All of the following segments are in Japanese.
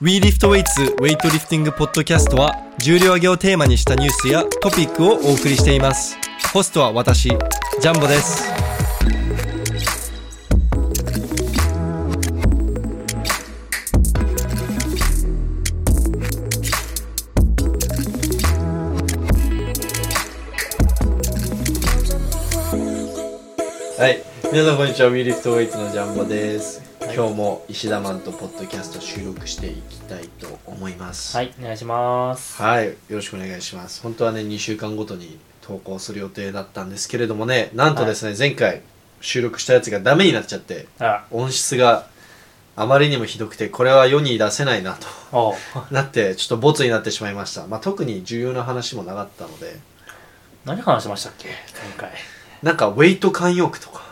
We Lift Weights ウェイトリフティングポッドキャストは重量挙げをテーマにしたニュースやトピックをお送りしていますホストは私ジャンボですはい皆さんこんにちは We Lift Weights のジャンボです今日も石田マンとポッドキャスト収録していきたいと思いますはい、お願いします。はい、よろしくお願いします。本当はね、2週間ごとに投稿する予定だったんですけれどもね、なんとですね、前回収録したやつがダメになっちゃって、あ、音質があまりにもひどくて、これは世に出せないなとおう。なって、ちょっとボツになってしまいました。まあ、特に重要な話もなかったので、 何話しましたっけ前回。なんかウェイト慣用句とか、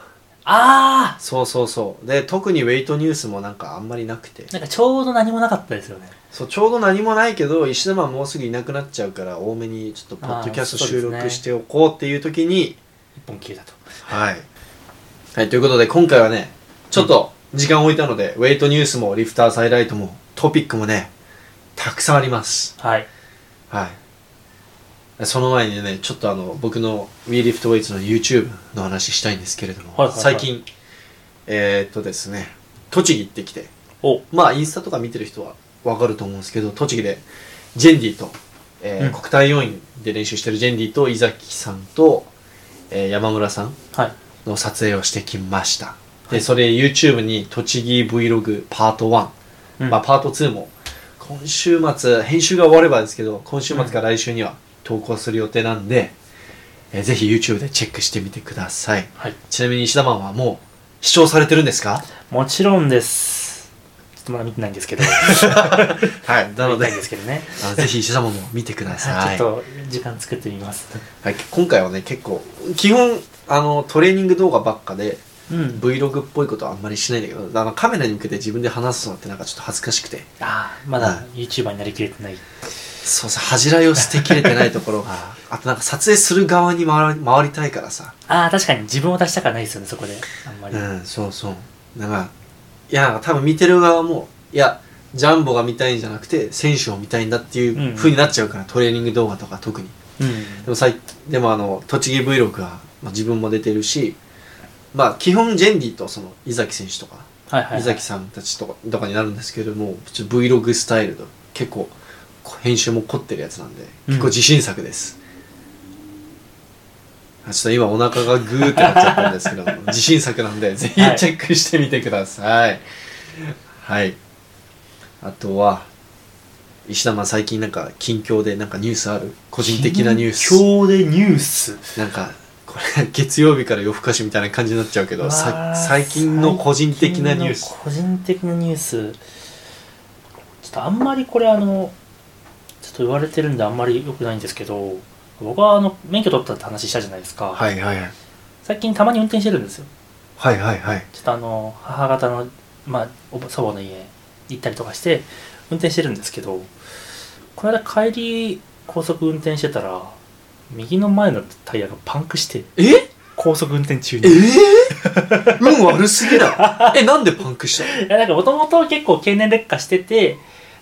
あそうそうそう。で、特にウェイトニュースもなんかあんまりなくてー、なんかちょうど何もなかったですよね。そうちょうど何もないけど石田マンもうすぐいなくなっちゃうから多めにちょっとポッドキャストあーそう収ですね録しておこうっていう時に、一本消えたと。はい、はい、ということで今回はねちょっと時間を置いたので、ウェイトニュースもリフターズハイライトもトピックもねたくさんありますはい。はいその前にねちょっとあの僕の WeLiftWeights の YouTube の話したいんですけれども、はいはいはい最近えー、っとですね栃木行ってきておまあインスタとか見てる人はわかると思うんですけど栃木でジェンディと、えーうん国体要員で練習してるジェンディと伊崎さんと、えー山村さんはい。の撮影をしてきましたはでいそれ YouTube に栃木 Vlog パート1、うんまあ、パート2も今週末編集が終わればですけど今週末か来週には投稿する予定なんで、えーぜひ YouTube でチェックしてみてくださいはい。ちなみに石田マンはもう視聴されてるんですかもちろんです。ちょっとまだ見てないんですけど。はい なの見たでいんですけどね。あぜひ石田マンも見てくださ はいい。ちょっと時間作ってみます。はい、今回はね結構基本あのトレーニング動画ばっかでうん。 Vlog っぽいことはあんまりしないんだけどあのカメラに向けて自分で話すのってなんかちょっと恥ずかしくてあー、まはだ YouTuber になりきれてない。そうさ恥じらいを捨てきれてないとこ ろがあとなんか撮影する側に回り回りたいからさあー、確かに自分を出したくはないですよね、そこで。あんまり。うんそうそうなんかいやなんか多分見てる側もいやジャンボが見たいんじゃなくて選手を見たいんだっていう風になっちゃうから、トレーニング動画とか特にでうもさいでもあの栃木 Vlog は、まあ、自分も出てるしまあ基本ジェンディとその伊崎選手とか、ん。はいはいはい。伊崎さんたちとかとかになるんですけれどもちょっと Vlog スタイルと結構こ編集も凝ってるやつなんで結構自信作です、あちょっと今お腹がグーってなっちゃったんです けど自信作なんでぜひチはいェックしてみてくださいはい、あとは石田マン最近なんか近況でなんかニュースある個人的なニュース今日でニュース。なんかこれ月曜日から夜更かしみたいな感じになっちゃうけどわさあ最近の個人的なニュース最近の個人的なニュースちょっとあんまりこれあのちょっと言われてるんであんまり良くないんですけど僕はあの免許取ったって話したじゃないですか、はいはいはい最近たまに運転してるんですよはいはいはいちょっとあの母方のまあおば祖母の家行ったりとかして運転してるんですけどこの間帰り高速運転してたら右の前のタイヤがパンクしてええ高速運転中にえー、運悪すぎだえなんでパンクしたいやなんかもともと結構経年劣化してて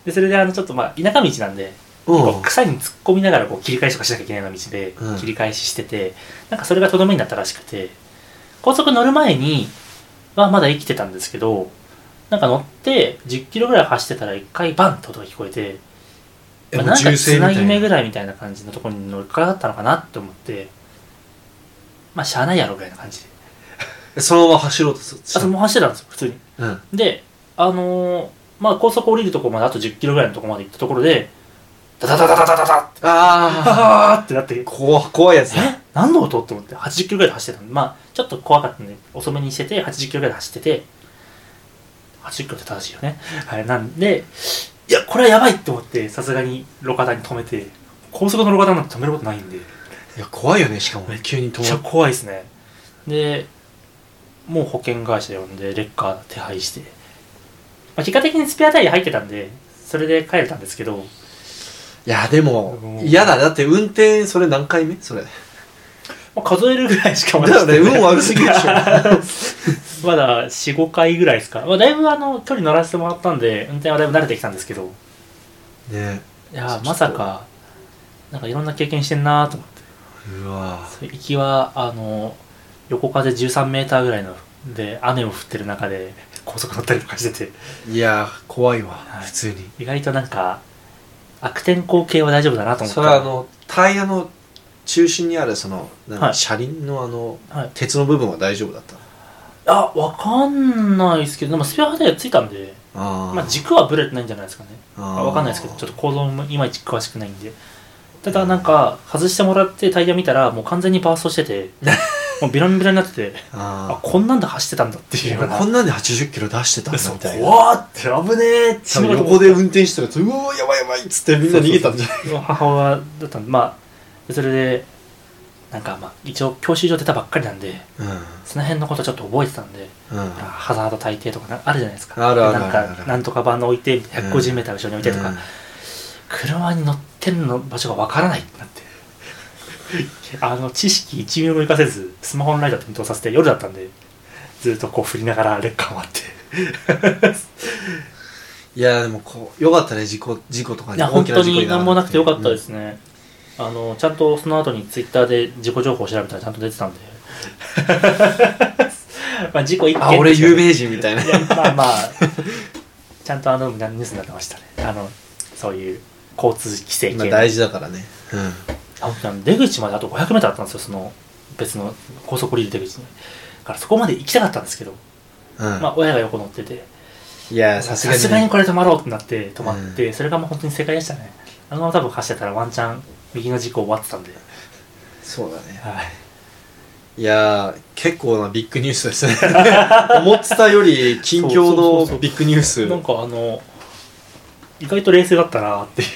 でそれであのちょっとまあ田舎道なんでのこう草に突っ込みながらこう切り返しとかしなきゃいけないような道でうん切り返ししてて、なんかそれがとどめになったらしくて高速乗る前にはまだ生きてたんですけどなんか乗って10キロぐらい走ってたら一回バンって音が聞こえて、えまあもうなんか銃つ声なみたぎ目いぐならいみたいな感じのところに乗っかかったのかなって思ってまあしゃあないやろぐらいな感じでそのまま走ろうとするあともう走ってたんですよ普通にうんで、あのーまあ、高速降りるとこまであと10キロぐらいのとこまで行ったところで、ダダダダダダダダって、ああはーってなって、怖怖いやつだえ何の音って思って、80キロぐらいで走ってたの。まあ、ちょっと怖かったんで、遅めにしてて、80キロぐらいで走ってて、80キロって正しいよね。はい、なんで、いや、これはやばいって思って、さすがに路肩に止めて、高速の路肩なんて止めることないんで、いや怖いよねしかも急にめっちゃ止ま怖いですね。で、もう保険会社呼んで、レッカー手配して、まあ、結果的にスペアタイヤ入ってたんで、それで帰れたんですけど、いやでも嫌だだって運転それ何回目それまあ、数えるぐらいしかだよねて運悪すぎるでしょし まだ4、5回ぐらいですか。まあ、だいぶあの、距離乗らせてもらったんで、運転はだいぶ慣れてきたんですけど、ねいやーちょまっとさか、なんかいろんな経験してんなーと思って。うわそう行きは、あの、横風13メーターぐらいの、で、雨も降ってる中で、高速乗ったりとかしてて、いや怖いわ、はい普通に意外となんか、悪天候系は大丈夫だなと思っそたれらはあのタイヤの中心にあるそのなんはかい車輪のあの、はい鉄の部分は大丈夫だったあ、わかんないですけど、でもスペアハタイヤついたんで、あーまあ軸はブレてないんじゃないですかね。あわかんないですけど、ちょっと構造もいまいち詳しくないんで。ただなんか、外してもらってタイヤ見たら、もう完全にバーストし てて、もうビロンビロンになってて、とああ、あこんなんで走ってたんだっていうような。こんなんで80キロ出してたんだそうみたいな怖ーって、危ねえって多分横で運転してたらうわーやばいやばいっつってみんな逃げたんじゃない母親だったんで、まあ、それで、なんかまあ、一応教習所出たばっかりなんで、その辺のことちょっと覚えてたんで、うんうんハザード大抵とかなあるじゃないですか。あるあるあるあるなんか、なんとかバン置いて、150メーター後ろに置いてとか、うん車に乗ってんの場所がわからないってなって あの知識1ミリも活かせずスマホのライト点灯させて夜だったんでずっとこう振りながらレッカー待っていやでもこうよかったね事故事故とかいにや大本き当な事故にな何もなくてよかったですね、あのちゃんとその後にツイッターで事故情報を調べたらちゃんと出 てたんでまあ事故一う件んあ俺ですよね有名人みたいないや まあまあちゃんとあのニュースになってましたねあのそういう交通規制系今の大事だからねうん青木さん出口まであと 500m あったんですよその別の高速降りる出口にだからそこまで行きたかったんですけど、うんまあ、親が横乗ってていやささすがにすがにこれ止まろうってなって止まって、それがもう本当に正解でしたねあのまま多分走ってたらワンチャン右の事故終わってたんで、そうだねはい、いやー結構なビッグニュースですね 思ってたより近況そうそうそうそのうビッグニュースなんかあの意外と冷静だったなっていう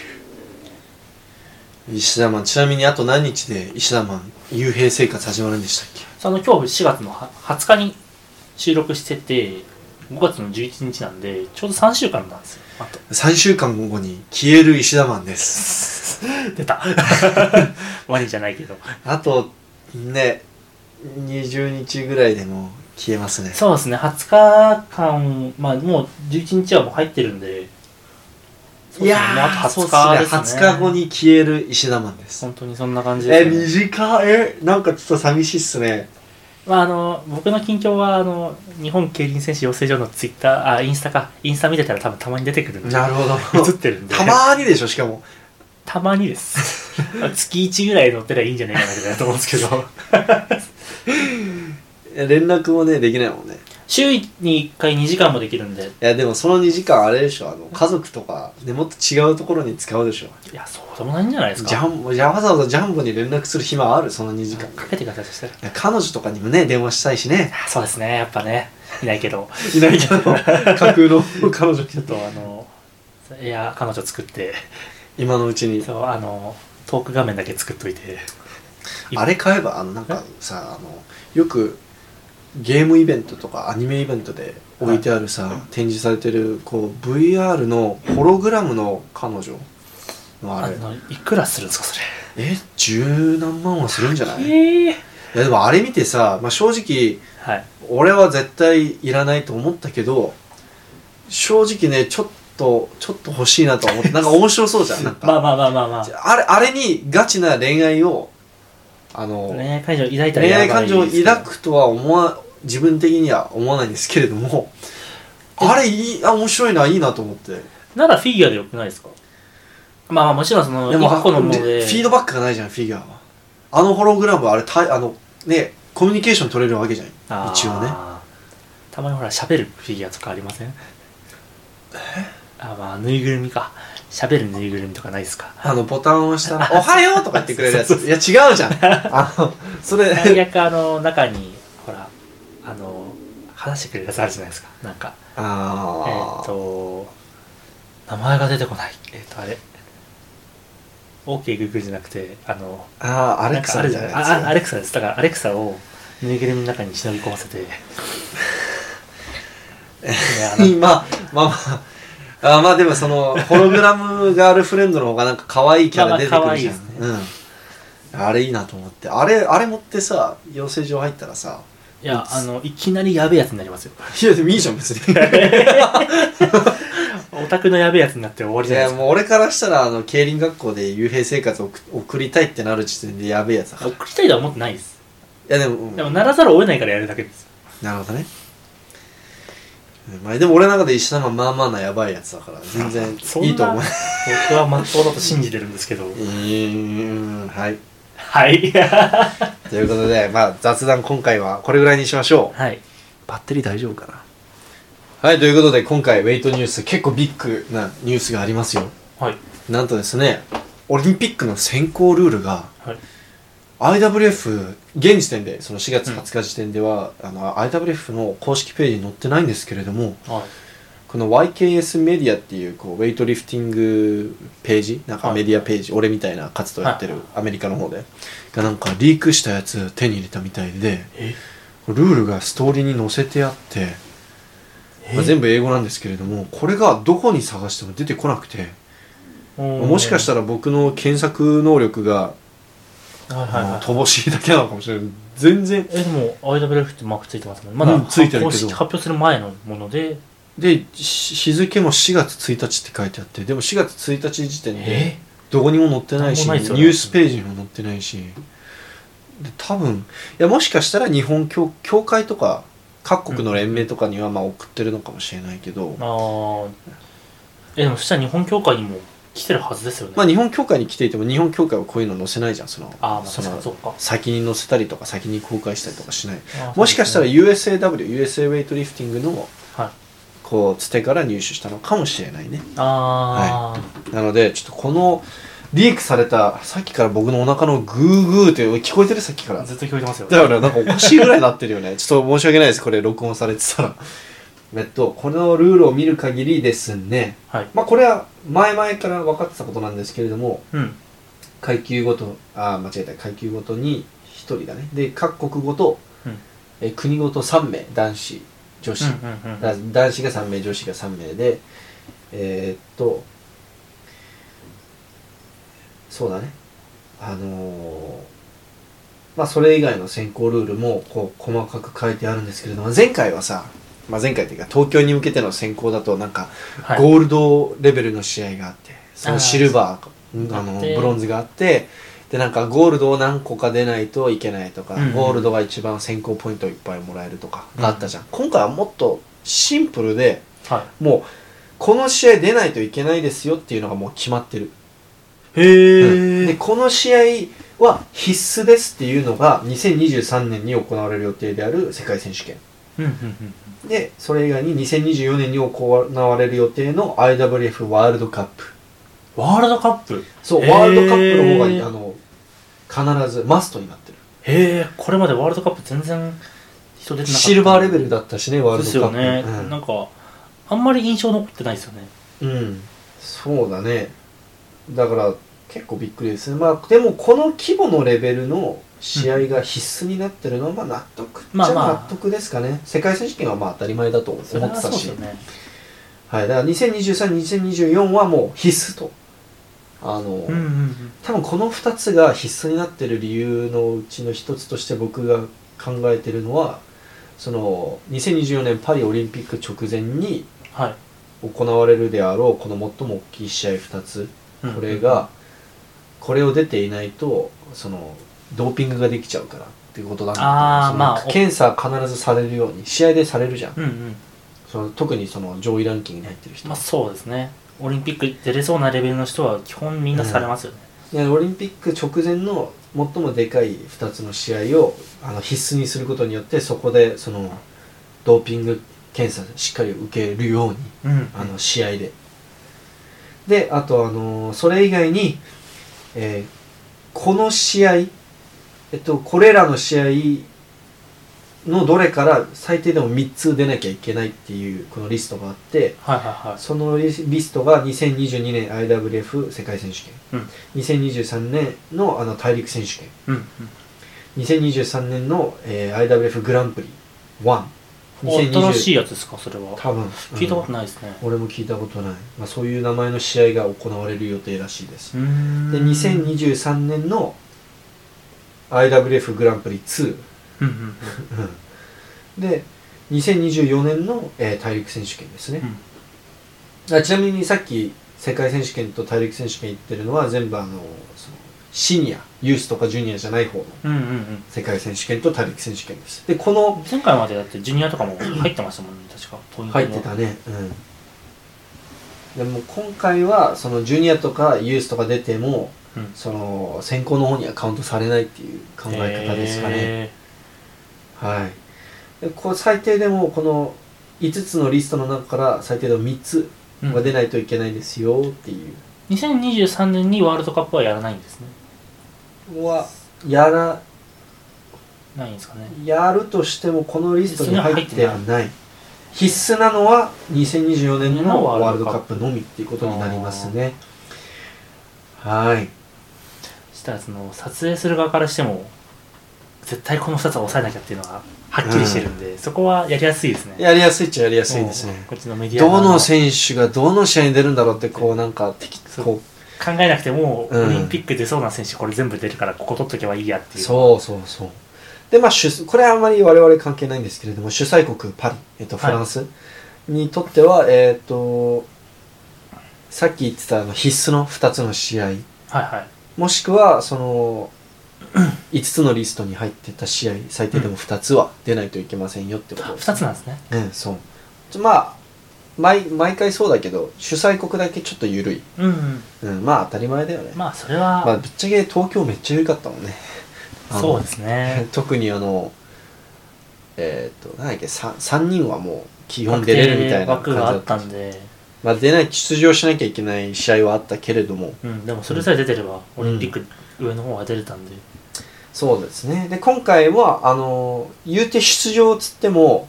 石田マンちなみにあと何日で石田マン幽閉生活始まるんでしたっけその今日4月のは20日に収録してて5月の11日なんでちょうど3週間なんですよあと 3週間後に消える石田マンです出た ワニじゃないけどあとね20日ぐらいでもう消えますねそうですね、20日間、まあもう11日はもう入ってるんで、そうですねいやもうあーとそうっ20日ですすねね20日後に消える石田マンです本当にそんな感じえです、ね。短いえなんかちょっと寂しいっすねまああの、僕の近況は、あの、日本競輪選手養成所のツイッター、あ、インスタか、インスタ見てたら多分たまに出てくるんで、なるほ映どってるんで、たまーにでしょしかもたまに です。月1ぐらい乗ってりゃいいんじゃないかなみたいなと思うんですけど、え連絡もねできないもんね週に1回2時間もできるんで、いやでもその2時間あれでしょあの家族とかでもっと違うところに使うでしょいや、そうでもないんじゃないですか。ジャンボじゃあわざわざジャンボに連絡する暇あるその2時間かけてください、そしたら。いや彼女とかにもね電話したいしねあそうですね、やっぱね、いないけど。いない けど架空の彼女ちょっとあのエア彼女作って今のうちにそうあのトーク画面だけ作っといてあれ買えばあのなんかさあのよくゲームイベントとかアニメイベントで置いてあるさ、展示されてるこう VR のホログラムの彼女のああれのいくらするんですかそえ十何万はするんじゃないいれへえやでもあれ見てさ、まあ、正直はい俺は絶対いらないと思ったけど正直ねちょっとちょっと欲しいなとは思ってなんか面白そうじゃんなんか、 まあまあまあまあまああれあれにガチな恋愛をあの、恋愛感情抱いたら恋愛感情を抱くくとは思わ自分的には思わないんですけれどもあれいいあ面白いないいなと思ってならフィギュアでよくないですかまあまあもちろんそのでも一個のものででフィードバックがないじゃんフィギュアはあのホログラムはあれたあのねコミュニケーション取れるわけじゃんあー一応ねたまにほら喋るフィギュアとかありませんあまあぬいぐるみか喋るぬいぐるみとかないですかあのボタンを押した ら「おはよう!」とか言ってくれるやついや違うじゃんあのそれ最悪あの中にほらあの話してくれるやつあるじゃないですかなんかえっ、あーと名前が出てこないえっ、とあれ OK グーグルじゃなくてあのあーアレクサみたいななんかあるじゃないああアやレクサですだからアレクサをぬいぐるみの中に忍び込ませて いやあつ のまあまあまああーまあでもそのホログラムガールフレンドの方がなんか可愛いキャラ出てくるじゃん、まあまあ可愛いうんあれいいなと思ってあれあれ持ってさ養成所入ったらさいやあのいきなりやべえやつになりますよいやでも いいじゃん別にオタクのやべえやつになって終わりいじゃないやですもう俺からしたらあの競輪学校で幽閉生活を送送りたいってなる時点でやべえやつだかからい送りたいとは思ってないですやでも,うん、でもならざるを得ないからやるだけですよなるほどね、うんまあ、でも俺の中で石田がまあまあなやばいやつだから全然そんないいと思う 僕は真っ当だと信じてるんですけどうーんはい はいということで、まあ、雑談今回はこれぐらいにしましょうはいバッテリー大丈夫かなはいということで今回ウェイトニュース結構ビッグなニュースがありますよはいなんとですねオリンピックの選考ルールがはい IWF 現時点でその4月20日時点では、あの IWF の公式ページに載ってないんですけれどもはいこの YKS メディアっていうこうウェイトリフティングページなんかはいメディアページ、俺みたいな活動やってるアメリカの方でがなんかリークしたやつ手に入れたみたいでえルールがストーリーに載せてあって、まあ、全部英語なんですけれどもこれがどこに探しても出てこなくてもしかしたら僕の検索能力がらはいはいあはのい乏しいだけなのかもしれない全然えでも IWF ってマークついてますもんねまだ、うんついてるけど公式発表する前のものででし日付も4月1日って書いてあってでも4月1日時点でどこにも載ってないしなんもないですよねニュースページにも載ってないしで多分いやもしかしたら日本協協会とか各国の連盟とかにはまあ送ってるのかもしれないけど、あーえでもそしたら日本協会にも来てるはずですよね、まあ、日本協会に来ていても日本協会はこういうの載せないじゃんそのあーまあそ確かにそのうか先に載せたりとか先に公開したりとかしないあーもしかしたらそう USAW USA ウェイトリフティングのですねはいこうつてから入手したのかもしれないねああ、なのでちょっとこのリークされたさっきから僕のお腹のグーグーって聞こえてるさっきからずっと聞こえてますよだからなんかおかしいぐらいになってるよねちょっと申し訳ないですこれ録音されてたらえっとこのルールを見る限りですねはいまあこれは前々から分かってたことなんですけれどもうん階級ごとあー間違えた階級ごとに1人がねで各国ごと、うんえー国ごと3名男子女子、うんうんうんだ男子が3名女子が3名でえーっとそうだねあのーまあそれ以外の選考ルールもこう細かく書いてあるんですけれども前回はさ、まあ、前回というか東京に向けての選考だとなんかはいゴールドレベルの試合があってそあのーシルバーうんああってのブロンズがあってでなんかゴールドを何個か出ないといけないとか、うんうんゴールドが一番選考ポイントをいっぱいもらえるとかがあったじゃん、今回はもっとシンプルではもうこの試合出ないといけないですよっていうのがもう決まってる、いへでこの試合は必須ですっていうのが2023年に行われる予定である世界選手権うんうんうんでそれ以外に2024年に行われる予定の IWF ワールドカップワールドカップそう、へーワールドカップの方があの必ずマストになってるへえこれまでワールドカップ全然人出てなかったシルバーレベルだったしねワーでルすドカよップね、なんかあんまり印象残ってないですよねうん、うんそうだねだから結構びっくりですねまあでもこの規模のレベルの試合が必須になってるのはまあ納得じゃまあまあ納得ですかね世界選手権はまあ当たり前だと思ってそれはたそうですしよねはい、だから20232024はもう必須とあの、うんうんうん多分この2つが必須になってる理由のうちの1つとして僕が考えてるのはその2024年パリオリンピック直前にはい行われるであろうこの最も大きい試合2つうんこれがこれを出ていないとそのドーピングができちゃうからっていうことなんだと思うあーそのまあ検査必ずされるように試合でされるじゃんうんうんその特にその上位ランキングに入ってる人まあそうですねオリンピック出れそうなレベルの人は基本みんなされますよね、でオリンピック直前の最もでかい2つの試合をあの必須にすることによってそこでそのドーピング検査しっかり受けるようにうんあの試合でであと、あのそれ以外に、えーこの試合、えっと、これらの試合のどれから最低でも3つ出なきゃいけないっていうこのリストがあって、はいはいはいそのリストが2022年 IWF 世界選手権、うん2023年のあの大陸選手権うんうん2023年の、えー IWF グランプリお12020新しいやつですかそれは多分聞いたことい、ないですねうん俺も聞いたことない、まあ、そういう名前の試合が行われる予定らしいですう、ーんで2023年の IWF グランプリ2うんうんうんうんで2024年の、えー大陸選手権ですね、あちなみにさっき世界選手権と大陸選手権行ってるのは全部あのそのシニアユースとかジュニアじゃない方のうんうんうん世界選手権と大陸選手権ですでこの前回までだってジュニアとかも入ってましたもんね確かポイント入のってたねうんでも今回はそのジュニアとかユースとか出てもうんその選考の方にはカウントされないっていう考え方ですかね、へはいでこう最低でもこの5つのリストの中から最低でも3つーはうん出ないといけないですよっていう、 2023年にワールドカップはやらないんですねはやらないんですかねやるとしてもこのリストに入っては必ない必須なのは2024年ののワワーールルドドカカッップのみっていうことになりますねはいそしたらその撮影する側からしても絶対この2つは抑えなきゃっていうのがはっきりしてるんで、そこはやりやすいですねやりやすいっちゃやりやすいですもうねこっちのメディアど側の選手がどの試合に出るんだろうってこうなんか敵そうこ考えなくても、うんオリンピック出そうな選手これ全部出るからここ取っとけばいいやってういうそうそうそうでまあ主これはあんまり我々関係ないんですけれども主催国パリ、えっと、フはいランスにとっては、えっとさっき言ってたあの必須の2つの試合はいはいもしくはその 5つのリストに入ってた試合最低でも2つは出ないといけませんよってことです2つなんですねうんそうちょまあ毎毎回そうだけど主催国だけちょっと緩い、うん、うん、うん、まあ当たり前だよねままあそれあ、は、ぶっちゃけ東京めっちゃ緩かったもんねあのそうですね 特にあのえーっ、となんだっけ 3, 三人はもう基本出れるみたいな確定感枠じがだあっ、ったたんで、まあ、出ない出場しなきゃいけない試合はあったけれどもうん、でもそれさえ出てれば、うんオリンピック上の方が出れたんで、そうですね。で、今回は、あの、言うて出場っつっても、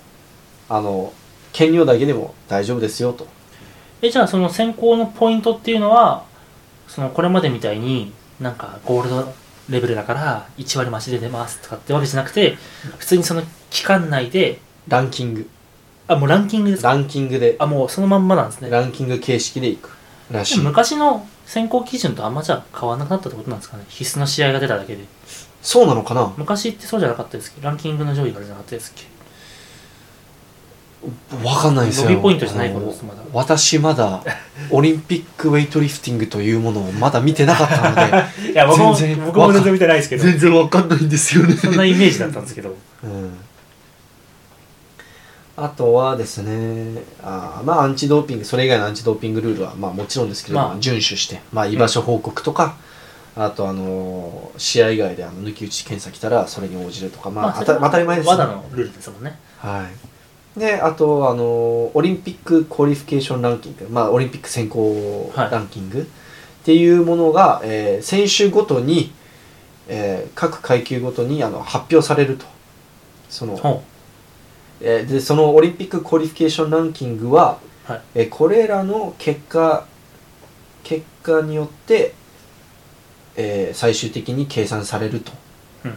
あの、兼量だけでも大丈夫ですよと。えじゃあその選考のポイントっていうのはそのこれまでみたいになんかゴールドレベルだから1割増しで出ますとかってわけじゃなくて普通にその期間内でランキング。あもうランキングですかランキングで、あもうそのまんまなんですねランキング形式でいくらしでもい。昔の選考基準とあんまじゃあ変わらなくなったってことなんですかね必須の試合が出ただけでそうなのかな昔ってそうじゃなかったですけどランキングの上位がじゃなかったですっけわかんないですよ。伸びポイントじゃないことですあのまだ私まだ、オリンピックウェイトリフティングというものをまだ見てなかったので、いや僕も全然僕も全然見てないですけど 全然わかんないんですよね。そんなイメージだったんですけどうんあとはですねあーまあアンチドーピングそれ以外のアンチドーピングルールはまあもちろんですけれども、まあ遵守して、まあ、居場所報告とか、あとあのー試合以外であの抜き打ち検査来たらそれに応じるとか、まあ当それたは当たり前です罠のルールですもんねはい、であと、あのーオリンピッククオリフィケーションランキング、まあ、オリンピック選考はいランキングっていうものが、えー選手ごとに、えー各階級ごとにあの発表されるとその、ほえーでそのオリンピッククオリフィケーションランキングは、はいえーこれらの結果結果によって、えー最終的に計算されると、うん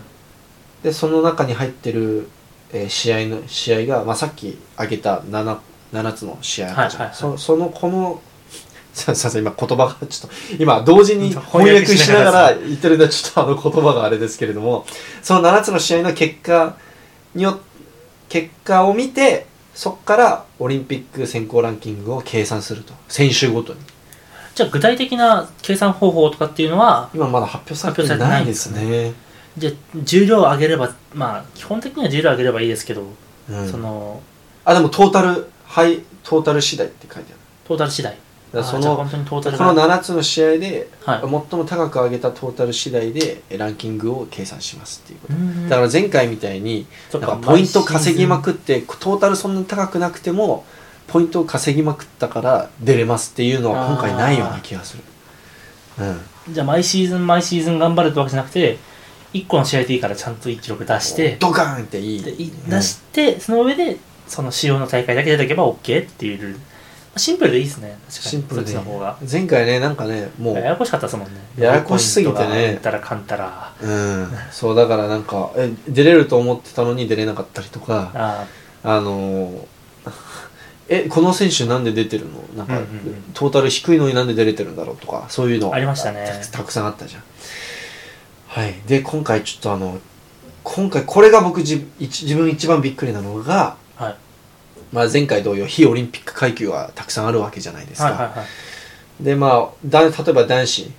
でその中に入ってる、えー試合の試合が、まあ、さっき挙げた 7, 7つの試合あったじゃんはいはいはいそそのこの すいません今言葉がちょっと今同時に翻翻訳訳ししななががらら言ってるんでちょっとあの言葉があれですけれどもその7つの試合の結果によ結果を見てそこからオリンピック選考ランキングを計算すると選手ごとにじゃあ具体的な計算方法とかっていうのは今まだ発表されてないですねじゃあ重量を上げればまあ基本的には重量を上げればいいですけど、うんそのあでもトータルはいトータル次第って書いてあるトータル次第だからそあじゃあの本当にトータルこの7つの試合ではい最も高く上げたトータル次第でえランキングを計算しますっていうことうんだから前回みたいにそっなんかポイント稼ぎまっくってトータルそんなに高くなくてもポイントを稼ぎまくったから出れますっていうのは今回ないような気がするうんてじゃあ毎シーズン毎シーズン頑張るってわけじゃなくて1個の試合でいいからちゃんといい記録出してドカーンっていいでいうん出して、その上でその主要の大会だけ出ておけば OK っていうルールシンプルでいいですね確かにシンプルでそっちの方が前回ねなんかねもやうやこしかったですもんねややこしすぎてねポイントが入ったらかんたらうんそうだからなんかえ出れると思ってたのに出れなかったりとかああのー えこの選手なんで出てるのなんか、うんうんうんトータル低いのになんで出れてるんだろうとかそういうのありましたねたくさんあったじゃんはいで今回ちょっとあの今回これが僕じ一自分一番びっくりなのが、はいまあ、前回同様非オリンピック階級はたくさんあるわけじゃないですか、はいはいはいでまあだ例えば男子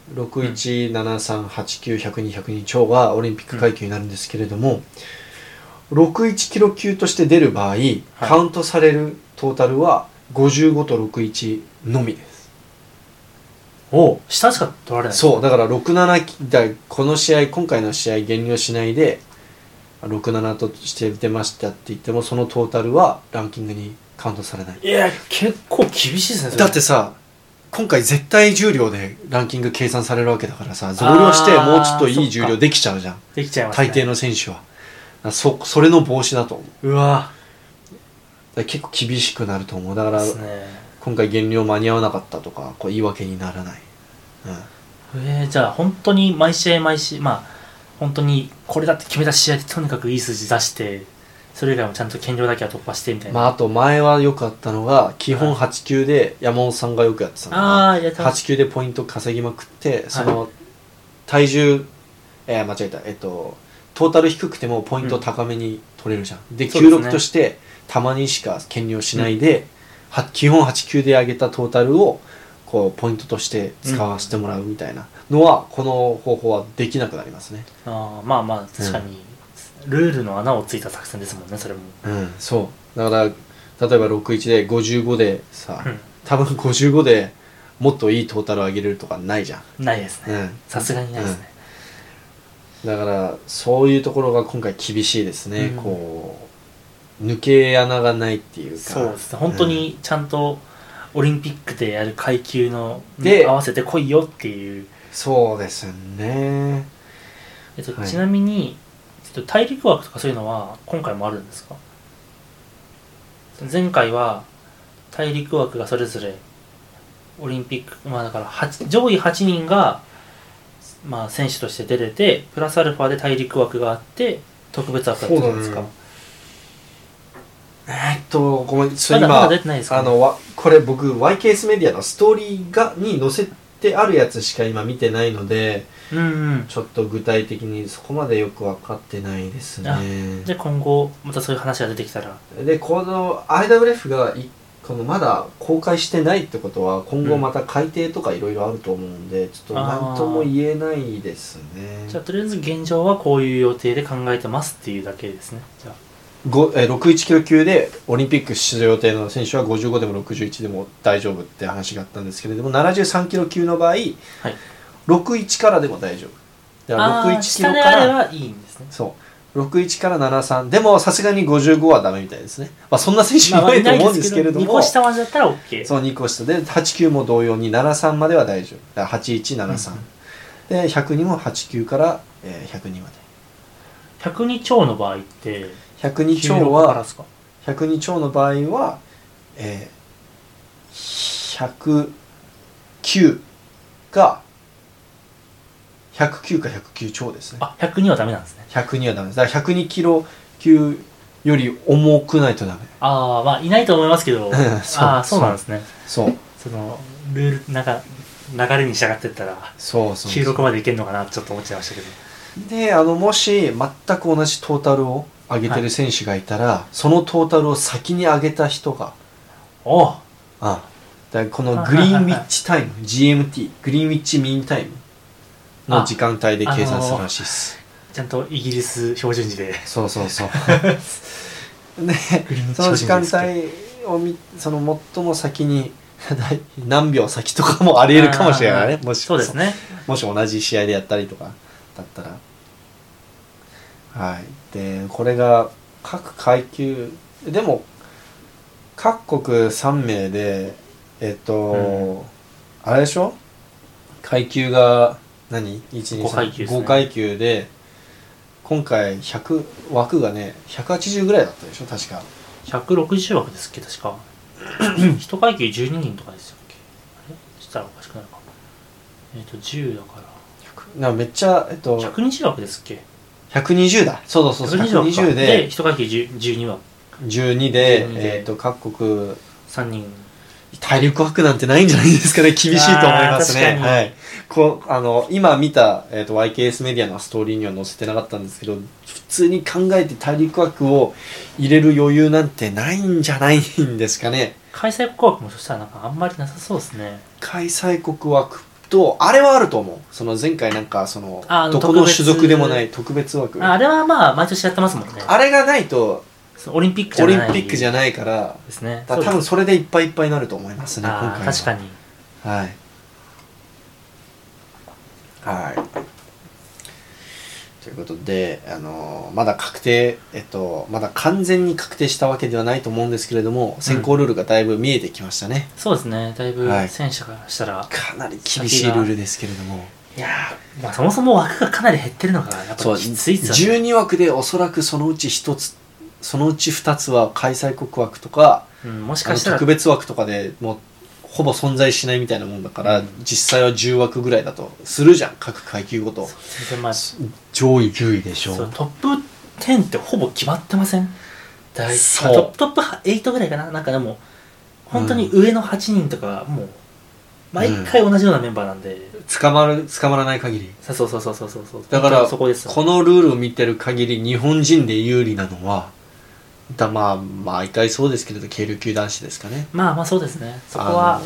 6173891021002超はオリンピック階級になるんですけれども、61キロ級として出る場合、カウントされるトータルは55と61のみですおう下しか取られないそうだから67だこの試合今回の試合減量しないで67として出ましたって言ってもそのトータルはランキングにカウントされないいや結構厳しいですねそれだってさ今回絶対重量でランキング計算されるわけだからさ増量してもうちょっといい重量できちゃうじゃんできちゃいます、ね、大抵の選手はだからそそれの防止だと思うだかうわら結構厳しくなると思うだかでらすね今回減量間に合わなかったとかこう言い訳にならない、うん、えー、じゃあ本当に毎試合毎試合まあ本当にこれだって決めた試合でとにかくいい数字出してそれ以外もちゃんと減量だけは突破してみたいな、まあ、あと前は良かったのが基本8級で山本さんがよくやってたのがあーやってまし8級でポイント稼ぎまくってその体重、えー間違えたえっとトータル低くてもポイント高めに取れるじゃん、でそうですね96としてたまにしか減量しないで、は基本8級で上げたトータルをこうポイントとして使わせてもらうみたいなのは、この方法はできなくなりますねあーまあまあ確かに、ルールの穴をついた作戦ですもんねそれも、うんそうだから例えば61で55でさ、う多分55でもっといいトータルを上げれるとかないじゃん、ん、ないですねうん、さすがにないですね、だからそういうところが今回厳しいですね、うんこう抜け穴がないっていうかそうですね本当にちゃんとオリンピックでやる階級のでに合わせて来いよっていう、そうですねえっとはいちなみに、えっと、大陸枠とかそういうのは今回もあるんですか前回は大陸枠がそれぞれオリンピックまあだから8上位8人が、まあ、選手として出れてプラスアルファで大陸枠があって特別枠だったんですか、そうだねえーっとごめんそまれだま今だ出てないですか、あのわこれ僕 YKS メディアのストーリーがに載せてあるやつしか今見てないのでうんうんちょっと具体的にそこまでよく分かってないですあねじゃあ今後またそういう話が出てきたらでこの IWF がいこのまだ公開してないってことは今後また改定とかいろいろあると思うんで、ちょっと何とも言えないですねじゃあとりあえず現状はこういう予定で考えてますっていうだけですねじゃあごえー61キロ級でオリンピック出場予定の選手は55でも61でも大丈夫って話があったんですけれども73キロ級の場合、61からでも大丈夫だからあー61キロ下かであれらばいいんですねそう61から73でもさすがに55はダメみたいですね、まあ、そんな選手いまあまあないと思うんですけれども、 2個下までだったら OK そう2個下で89も同様に73までは大丈夫だから8173、うんで102も89から、えー、102まで102超の場合って102超96からはですか102超の場合は、えー、109が109か109超ですねあ102はダメなんですね102はダメですだから102キロ級より重くないとダメああまあいないと思いますけどそうああそうなんですねそうそのルールなんか流れに従ってったらそうそうそう96までいけるのかなってちょっと思っちゃいましたけどであのもし全く同じトータルを上げてる選手がいたら、そのトータルを先に上げた人が、おうあだからこのグリーンウィッチタイム GMT グリーンウィッチミーンタイムの時間帯で計算するらしいです、ちゃんとイギリス標準時でそうそうそう でその時間帯をみその最も先に 何秒先とかもありえるかもしれないねもしそうですねもし同じ試合でやったりとかだったらはいでこれが各階級でも各国3名でえっと、うあれでしょ階級が何1 2 3五階級ですね5階級で今回100枠がね180ぐらいだったでしょ確か160枠ですっけ確か一階級12人とかですよっけあれそしたらおかしくなるかえっ、と10だからなめっちゃえっと120枠ですっけ120だそうそうそう枠か120でで一階級10 12枠12で12でえっと各国3人体力枠なんてないんじゃないですかね 厳しいと思いますあーね確かにはいこうあの今見た、えー、と YKS メディアのストーリーには載せてなかったんですけど普通に考えて大陸枠を入れる余裕なんてないんじゃないんですかね開催国枠もそしたらなんかあんまりなさそうですね開催国枠とあれはあると思うその前回なんかそのあどこの特別種族でもない特別枠ああれはまあ毎年やってますもんねあれがないとそうオリンピックじオゃリンないピックじゃないないからですねだから多分それでいっぱいいっぱいになると思いますね今あ回あは確かにはいはいということで、あのーまだ確定、えっと、まだ完全に確定したわけではないと思うんですけれども選考ルールがだいぶ見えてきましたね、そうですねだいぶはい選手からしたら、かなり厳しいルールですけれどもい、やー、まあ、そもそも枠がかなり減ってるのがやっそうぱきついですよね12枠でおそらくそのうち1つそのうち2つは開催国枠とかうん、もしあかのしたら特別枠とかでもうほぼ存在しないみたいなもんだから、うん実際は10枠ぐらいだとするじゃん各階級ごと全然まあ上位10位でしそうトップ10ってほぼ決まってません大そうまあトップトップ8ぐらいかななんかでも本当に上の8人とかはもう毎回同じようなメンバーなんで、捕まる捕まらない限りさそうそうそうそうそうそうだから本当にそこですよこのルールを見てる限り日本人で有利なのはだまあまあ痛いそうですけれど軽量級男子ですかねまあまあそうですねそこは、あの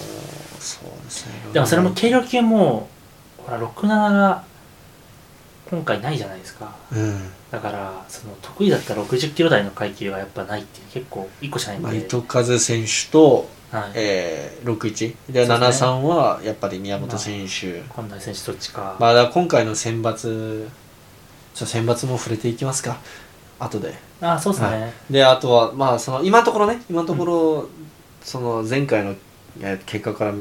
そうですねでもそれも軽量級もほら67が今回ないじゃないですかうんだからその得意だった60キロ台の階級がやっぱないっていう結構1個しかないんで、まあ、糸数選手と、はいえー、61でそうですね73はやっぱり宮本選手、今大選手どっちか、まあ、だから今回の選抜ちょ選抜も触れていきますか後でああそうですね、であとはまあその今のところね今のところ、その前回のえー結果から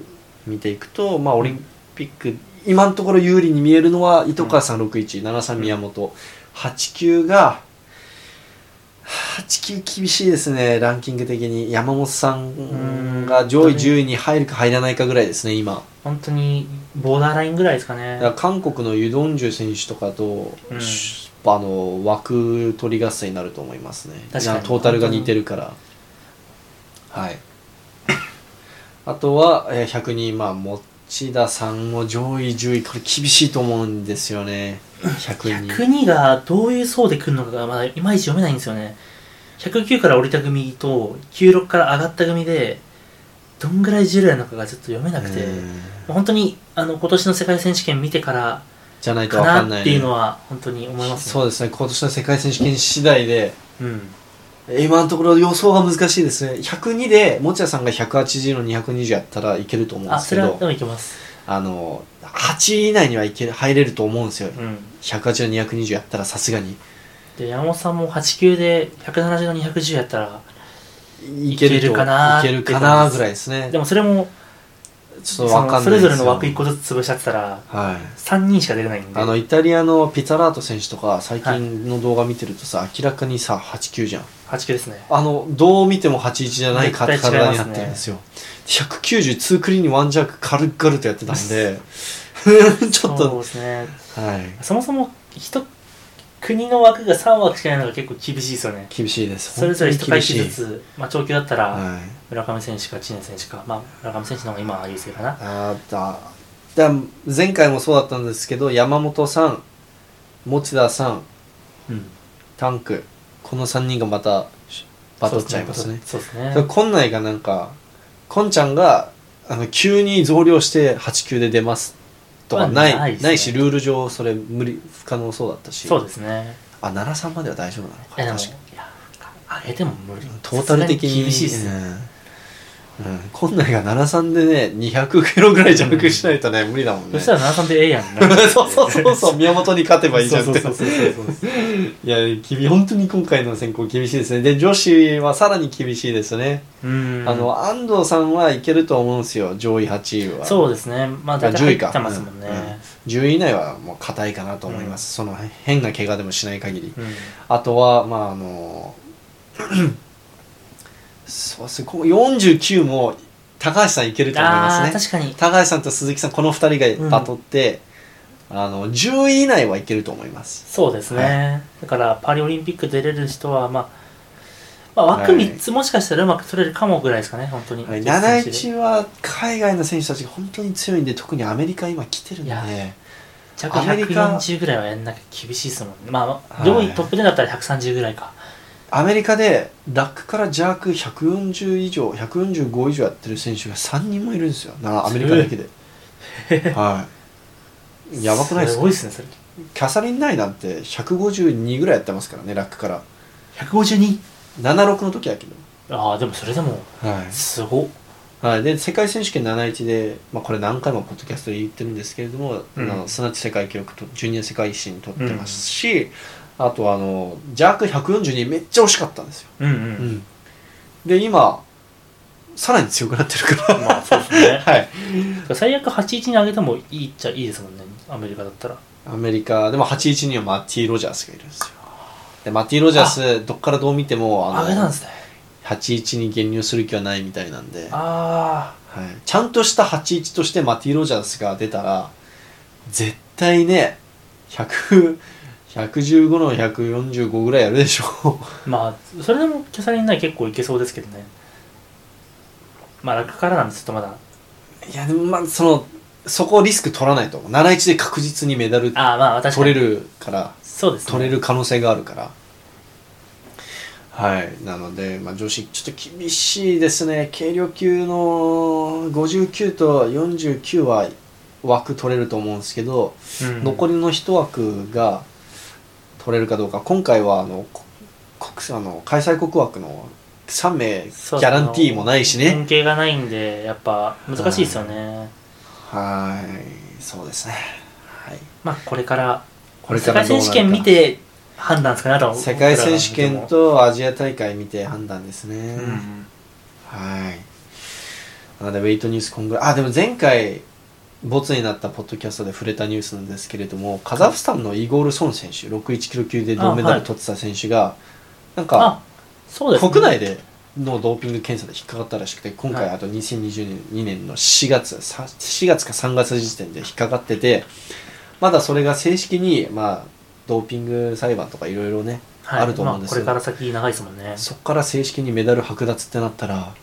見ていくとまあオリンピック今のところ有利に見えるのは糸川さん617、73宮本89が89厳しいですねランキング的に山本さんが上位10位に入るか入らないかぐらいですね今本当にボーダーラインぐらいですかねだから韓国のユ・ドンジュ選手とかと、うんしあの枠取り合戦になると思いますね確かにトータルが似てるから はいあとは、えー100人まあ持田さんも上位10位これ厳しいと思うんですよね100人国がどういう層で来るのかがまだいまいち読めないんですよね109から降りた組と96から上がった組でどんぐらい重量なのかがちょっと読めなくて、うん本当にあの今年の世界選手権見てからじゃないと分かかんな、ないっていうのはは本当に思いますねそうですね今年の世界選手権次第でうん今のところ予想が難しいですね102で持田さんが180の220やったらいけると思うんであすけそれどはでもいけますあの8位以内にはいける入れると思うんですようん180、220やったらさすがにで山本さんも8級で170の210やったらいけるかないけるかなぐらいですねでもそれもちそょっとわのかんないそれぞれの枠一1個ずつ潰しちゃってたらはい3人しか出れないんであのイタリアのピザラート選手とか最近の動画見てるとさ、明らかにさ89じゃん8級ですねあのどう見ても81じゃないか絶対違い体まにすなねってるんですよ190ツークリーンにワンジャーク軽々とやってたんで ちょっそうとですねはいそもそも一国の枠が3枠しかないのが結構厳しいですよね厳しいですそれぞれ本1当に回厳しいずつ、まあ、長距離だったらはい村上選手か知念選手か、まあ、村上選手の方が今は優勢かなあーだだ前回もそうだったんですけど山本さん持田さんうんタンクこの3人がまたバトっちゃいますねそうですねだからこんないがなんかこんちゃんがあの急に増量して8級で出ますとかない,、まあなないいですねしルール上それ無理不可能そうだったしそうですねあ奈良さんまでは大丈夫なのかいやでも確かいや上げても無理トータル的さすがに厳しいですね、うんうん、こんないが奈良さんでね200キロぐらい弱くしないとね無理だもんねそしたら7 3でええやん そうそうそうそう宮本に勝てばいいじゃんってそうそうそうそうそういや君本当に今回の選考厳しいですねで女子はさらに厳しいですね、うんあの安藤さんはいけると思うんですよ上位8位はそうですねまあ大体10入位かってますもんね、 10位以内はもう硬いかなと思います、その変な怪我でもしない限りうんあとはまああのそうですねここ49も高橋さんいけると思いますあねあ確かに高橋さんと鈴木さんこの2人がバトって、あの10位以内はいけると思いますそうですね、だからパリオリンピック出れる人は、まあ、まあ枠はい3つもしかしたらうまく取れるかもぐらいですかね、本当に。はい実戦して71は海外の選手たちが本当に強いんで特にアメリカ今来てるんでいや弱アメリカ140ぐらいはやんなきゃ厳しいですもんねまあはい上位トップ10だったら130ぐらいかアメリカでラックからジャーク140以上145以上やってる選手が3人もいるんですよなアメリカだけではいやばくないですすかごいですねそれキャサリン・ナイなんて152ぐらいやってますからねラックから 152? 76の時やけどああでもそれでもはいすごっはい、で世界選手権71で、まあ、これ何回もポッドキャストで言ってるんですけれども、うんあのすなわち世界記録とジュニア世界新取ってますし、あとあのジャーク142めっちゃ惜しかったんですよ、うんううんんで今さらに強くなってるから、まあそうです ねはい、最悪81に上げてもいいっちゃいいですもんねアメリカだったらアメリカでも81にはマッティ・ロジャースがいるんですよでマッティ・ロジャースどっからどう見ても上あげたんのですね81に減入する気はないみたいなんであはい、ちゃんとした81としてマティ・ロジャースが出たら絶対ね100 115の145ぐらいやるでしょあまあそれでもキャサリンナイ結構いけそうですけどねまあ楽からなんでちょっとまだ いやでもまあそのそこをリスク取らないと思う71で確実にメダルああまあ確かに取れるからそうですね取れる可能性があるからはいなので、まあ、女子ちょっと厳しいですね軽量級の59と49は枠取れると思うんですけど、うん残りの1枠が取れるかどうか今回はあのこ国あの開催国枠の3名ギそうャランティーもないしね恩恵がないんでやっぱ難しいですよねはいそうですね、はい、まあこれからこれから世どう界なるか選手権見て判断ですかねあとは世界選手権とアジア大会見て判断ですね、うんはいなのでウェイトニュースこんぐらいあでも前回ボツになったポッドキャストで触れたニュースなんですけれどもカザフスタンのイゴール・ソン選手61キロ級で銅メダル取ってた選手が、なんかあそうですね国内でのドーピング検査で引っかかったらしくて今回はいあと2022年2年の4月さ4月か3月時点で引っかかっててまだそれが正式にまあドーピング裁判とかいろいろねはいあると思うんですまあこよれから先長いですもんねそこから正式にメダル剥奪ってなったら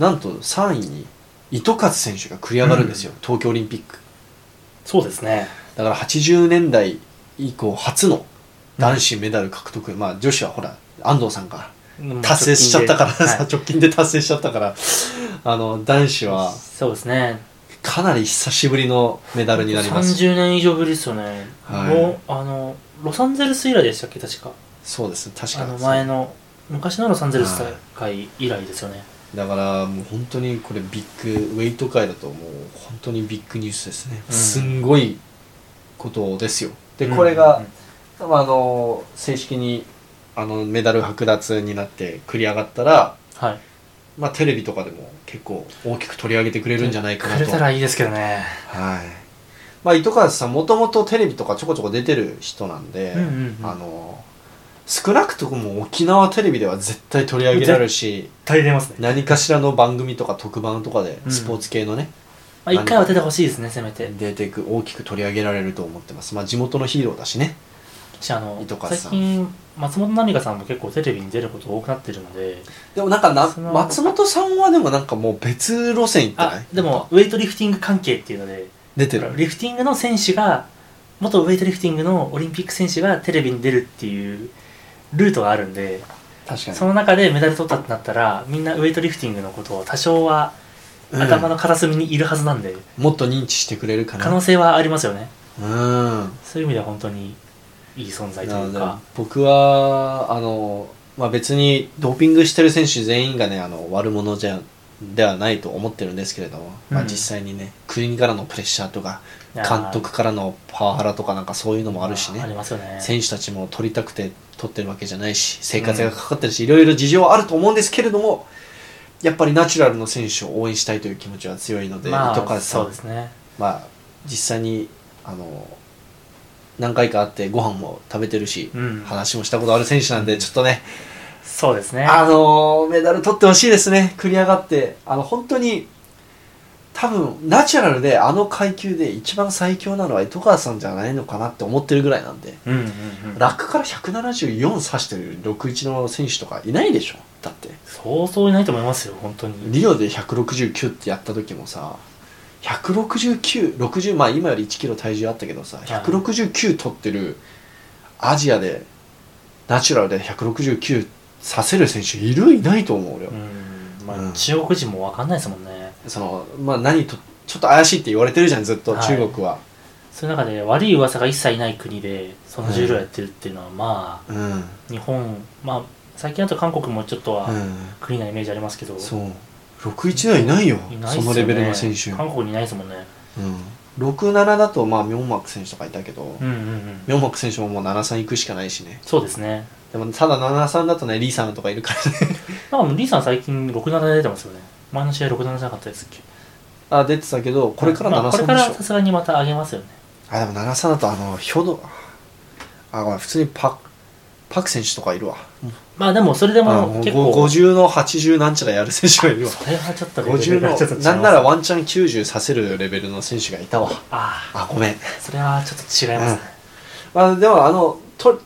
なんと3位に糸数選手が繰り上がるんですよ、東京オリンピックそうですねだから80年代以降初の男子メダル獲得、まあ女子はほら安藤さんが達成しちゃったから さ、はい直近で達成しちゃったからあの男子はそうですねかなり久しぶりのメダルになります30年以上ぶりですよね、はいもうあのロサンゼルス以来でしたっけ確かそうですね確かあにの前の昔のロサンゼルス大会以来ですよね、だからもう本当にこれビッグウェイト界だともう本当にビッグニュースですね、うんすんごいことですよでうんこれが、まあ、あの正式にあのメダル剥奪になって繰り上がったら、はいまあ、テレビとかでも結構大きく取り上げてくれるんじゃないかなくとれたらいいですけどねはい。まあ、糸川さん、もともとテレビとかちょこちょこ出てる人なんで、うんうんうんあの、少なくとも沖縄テレビでは絶対取り上げられるし、大出ますね何かしらの番組とか特番とかで、うんスポーツ系のね、まあ、一回は出てほしいですねせめて出てく、大きく取り上げられると思ってます。まあ、地元のヒーローだしね。私あの糸数最さん近松本奈美香さんも結構テレビに出ること多くなってるのででもなんかな、その松本さんはでもなんかもう別路線行ってなあいでもウェイトリフティング関係っていうので出てる。リフティングの選手が元ウェイトリフティングのオリンピック選手がテレビに出るっていうルートがあるんで確かにそ。の中でメダル取ったってなったらみんなウェイトリフティングのことを多少はうん頭の片隅にいるはずなんで、もっと認知してくれるか可な。能性はありますよねうん。そういう意味では本当にいい存在とないうのでか僕はあの、まあ、別にドーピングしてる選手全員がねあの悪者じゃではないと思ってるんですけれども、まあ、うん実際にね国からのプレッシャーとかいやー監督からのパワハラとかなんかそういうのもあるしありねますよね選手たちも取りたくて取ってるわけじゃないし生活がかかってるし、いろいろ事情はあると思うんですけれどもやっぱりナチュラルの選手を応援したいという気持ちは強いので、ま糸あ数さそうんですねまあ実際にあの何回か会ってご飯も食べてるし、うん話もしたことある選手なんでちょっとね、そうですねあのメダル取ってほしいですね繰り上がってあの本当に多分ナチュラルであの階級で一番最強なのは糸川さんじゃないのかなって思ってるぐらいなんでうんうんうんラックから174指してる61の選手とかいないでしょだってそうそういないと思いますよ本当にリオで169ってやった時もさ16960まあ今より1キロ体重あったけどさ169取ってるアジアでナチュラルで169させる選手いるいないと思う俺は、うん、まあ、うん中国人もわかんないですもんねそのまあ何とちょっと怪しいって言われてるじゃんずっとはい中国は、そういう中で悪い噂が一切ない国でその重量やってるっていうのは、まうんあ日本まあ最近だと韓国もちょっとはう国なイメージありますけど、んそう61ではいないよいないっすそよねのレベルの選手、韓国にいないですもんねうん、67だとまあ明幕選手とかいたけど、うんうんうん明幕選手ももう73行くしかないしねそうですねでもただ73だとねリーさんとかいるからね なんかもうリーさん最近67で出てますよね前の試合67じゃなかったですっけあ出てたけどこれからまあこれ73かでらしょさすがにまた上げますよねあでも73だとあのヒョドあごめん普通にパパク選手とかいるわまあでもそれであももう結構50の80なんちゃらやる選手がい るわそれはちょっとレベルがちょっと50の違いますなんならワンチャン90させるレベルの選手がいたわああごめんあそれはちょっと違いますね、まあ、でもあのと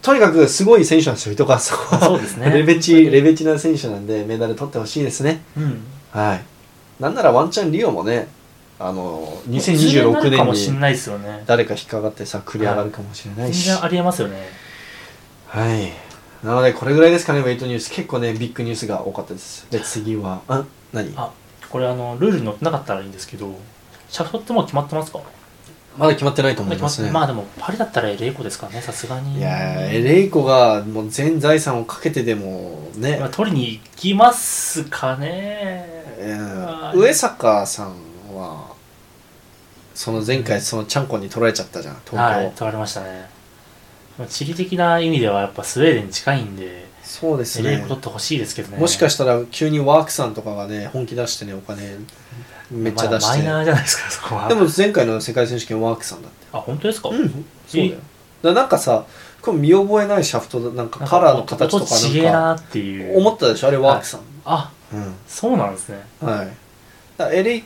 とにかくすごい選手なんですよ、糸川さんは。そうですねレベ本当チ、にレベチな選手なんで、メダル取ってほしいですね。うんはい。なんならワンチャンリオもね、あの、もう通常にな2026るかもし年れにないですよね誰か引っかかってさ、繰り上がるかもしれな全いし。然あはりえますよねい。なので、これぐらいですかね、ウェイトニュース。結構ね、ビッグニュースが多かったです。で、次は、あ、何あこれあのルールに載ってなかったらいいんですけどシャフトってもう決まってますかまだ決まってないと思い決ままっすてね。まあでもパリだったらエレイコですからねさすがにいやー、エレイコがもう全財産をかけてでもね、まあ取りに行きますかねうん上坂さんはその前回そのちゃんこに取られちゃったじゃん東京、はい取られましたねまあ地理的な意味ではやっぱスウェーデンに近いんでそうですエレイねコ取ってほしいですけどねもしかししたら急にワークさんとかがね本気出してねお金めっちゃ出して、マイナーじゃないですかそこはでも前回の世界選手権ワークさんだってあ本当ですかうんそうだよだからなんかさこれ見覚えないシャフトだなんかカラーの形となん音ちかげえなんかなっていう思ったでしょあれワークさん、あうそうなんですねんはいだからエレイい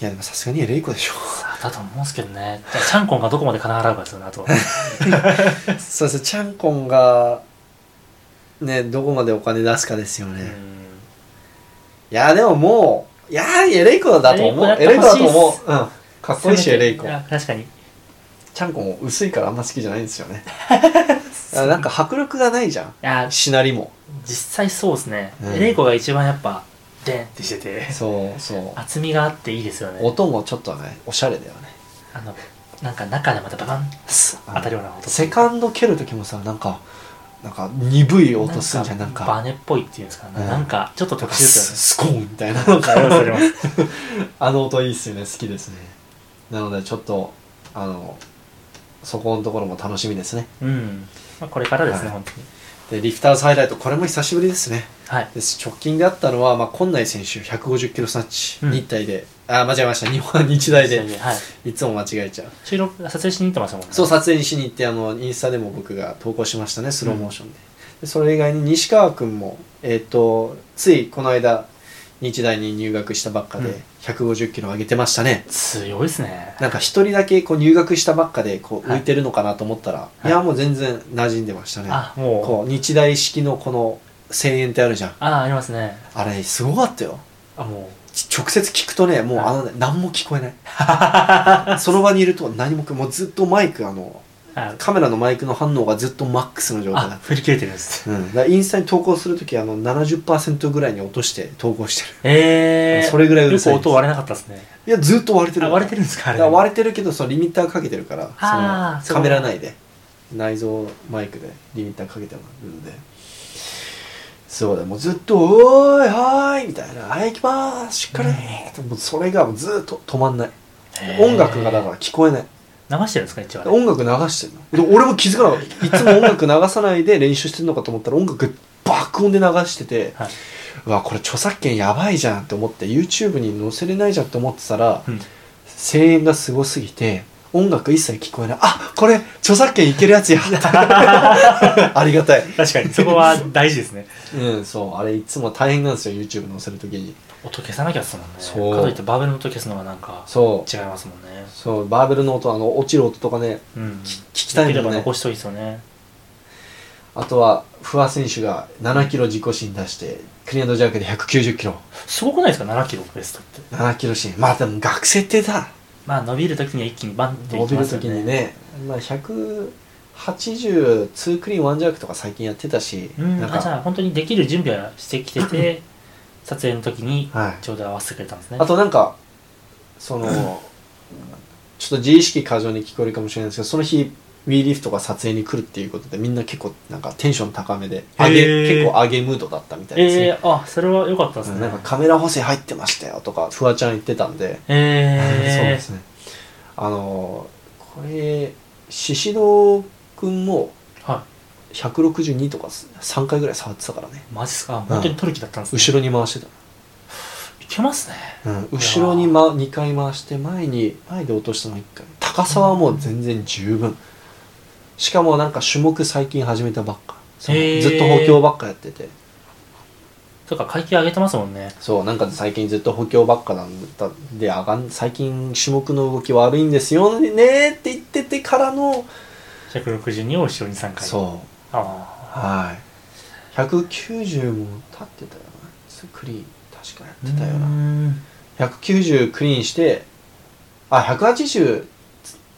やでもさすがにエレイコでし ょさあだと思うんですけどねじゃあちゃんこんがどこまで金払うかですよねあとはそうですねちゃんこんがねどこまでお金出すかですよね、ういんやでももういやーエレイコだと思うエエレレイイココだだとと思思うう、うん、かっこいいしせめエてレイコや確かにちゃんこも薄いからあんま好きじゃないんですよ ねあなんか迫力がないじゃいやんしなりも実際そうですね、うんエレイコが一番やっぱデンってしててそうそう厚みがあっていいですよね音もちょっとねおしゃれだよねあのなんか中でまたババンスッ当たるような音セカンド蹴る時もさなんかなんか鈍い音すんじゃんなんバかネっぽいっていうんですかね、うんなんかちょっなとん特か殊スですスコーンみたいなよねなんかありますありますあの音いいっすよね好きですねなのでちょっとあのそこのところも楽しみですねうん、まあ、これからですね、はい本当にでリフターズハイライトこれも久しぶりですねはいです直近であったのは、まあ、今内選手150キロスナッチ、うん日体であ間違えました日本 日大ではい、いつも間違えちゃう収録撮影しに行ってましたもんねそう撮影にしに行ってあのインスタでも僕が投稿しましたねスローモーションで,、でそれ以外に西川君も、えっとついこの間日大に入学したばっかうでん150キロ上げてましたね、強いですねなんか一人だけこう入学したばっかでこうはい浮いてるのかなと思ったら、いい、やもう全然馴染んでましたね、あもうこう日大式のこの声援ってあるじゃんあありますねあれすごかったよあも ち直接聞くとねもうはいあの、ね、何も聞こえないその場にいると何も聞こえもうずっとマイクあのうあカメラのマイクの反応がずっとマックスの状態だあっ振り切れてる んですた、うん、だからインスタに投稿するときあの70%ぐらいに落として投稿してるええー、それぐらいうるさいですよく音割れなかったですねいやずっと割れてるあ割れてるんですかあだれから割れてるけどそのリミッターかけてるからあーそのカメラ内で内蔵マイクでリミッターかけてもらうんでそうだもうずっと「おーいはーい」みたいな「はい行きまーすしっかりー」もうそれがもうずっと止まんないへー音楽がだから聞こえない流してるんですか一応あれ音楽流してるので俺も気づかなかったいつも音楽流さないで練習してるのかと思ったら音楽爆音で流しててはい、うわこれ著作権やばいじゃんって思って YouTube に載せれないじゃんって思ってたらうん、声援がすごすぎて音楽一切聞こえないあこれ著作権いけるやつや ありがたい確かにそこは大事ですねうんそうあれいつも大変なんですよ YouTube 載せるときに音消さなきゃっすもんねそうかといってバーベルの音消すのはなんかそう違いますもんねそうバーベルの音あの落ちる音とかねうん聞きたいもんねできれば残しといてよねあとは不破選手が7キロ自己新出してクリアンドジャークで190キロすごくないですか7キロベストって7キロ新まあでも学生ってだまあ伸びるときには一気にバンってい伸きびまるすとよきねにね、まあ、180ツークリーンワンジャークとか最近やってたし、うんなんあじかゃあ本当にできる準備はしてきて て撮影の時にはいちょうど合わせてくれたんですねあとなんかその、ちょっと自意識過剰に聞こえるかもしれないですけどその日 w e リフとか撮影に来るっていうことでみんな結構なんかテンション高めで上げへー結構上げムードだったみたいですね、えー、あそれは良かったですなねんかカメラ補正入ってましたよとかフワちゃん言ってたんで、 そうえでー、すねあのこれ宍戸君もは162とか3回ぐらい触ってたからねいマジっすかあ本当に取る気だったんですね、後ろに回していけますねた、うん、後ろに、ま、2回回して前に前で落としたの1回高さはもう全然十分しかもなんか種目最近始めたばっかそのへーずっと補強ばっかやっててとか階級上げてますもんねそうなんか最近ずっと補強ばっかなんだで上がん最近種目の動き悪いんですよねーって言っててからの、 162を後ろに3回うそうあはい190も立ってたよなツークリーン確かやあってたようーなん190クリーンしてあ180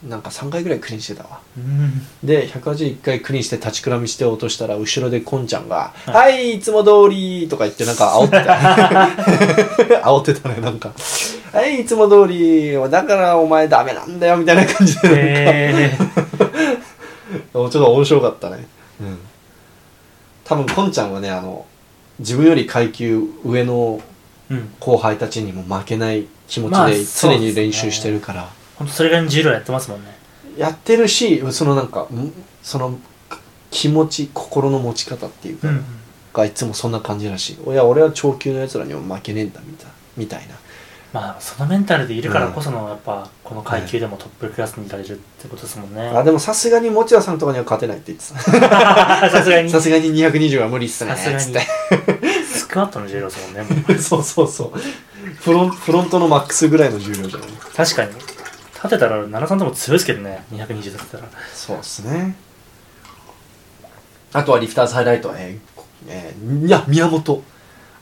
なんか3回ぐらいクリーンしてたわうーんで181回クリーンして立ちくらみして落としたら後ろでこんちゃんが「いはいいつも通り」とか言ってなんか煽ってた 煽ってたねなんか「はいいつも通りだからお前ダメなんだよ」みたいな感じでなんか、えー、ちょっと面白かったねうん多分こんちゃんはねあの自分より階級上のうん後輩たちにも負けない気持ちまあでそう常ですねに練習してるから、本当それぐらいの重量やってますもんねやってるしそのなんかんその気持ち心の持ち方っていうか、うんがいつもそんな感じらしいいや俺は超級のやつらにも負けねえんだみたいみたいなまあそのメンタルでいるからこそのやっぱこの階級でもトップクラスにいられるってことですもんね、あでもさすがに持田さんとかには勝てないって言ってた さすがにさすがに220は無理っすねさすがにつって スクワットの重量ですもんねもうそうそうそうフロンフロントのマックスぐらいの重量じゃない確かに立てたら73でも強いですけどね220立てたらそうですねあとはリフターズハイライトは、えーこえーいや宮本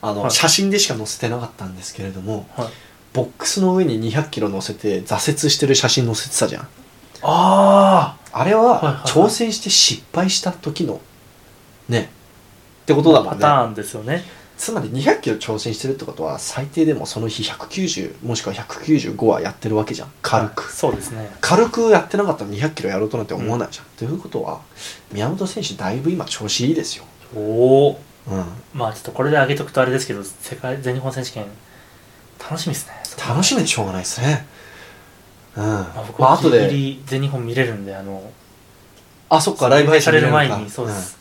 あの、はい写真でしか載せてなかったんですけれどもはいボックスの上に2 0 0キロ載せて挫折してる写真載せてたじゃんああれはいはいははい挑戦して失敗した時のねってことだあもパんタねーンですよねつまり2 0 0キロ挑戦してるってことは最低でもその日190もしくは195はやってるわけじゃん軽くそうですね軽くやってなかったら2 0 0キロやろうとなんて思わないじゃん、ということは宮本選手だいぶ今調子いいですよ、おおうん、まあちょっとこれで上げとくとあれですけど世界全日本選手権楽しみですね楽しみみでしょうがないですねうんままあ、僕あは後ギリギでリ全日本見れるんであのあそっかライブ配信される前見れにかそうです、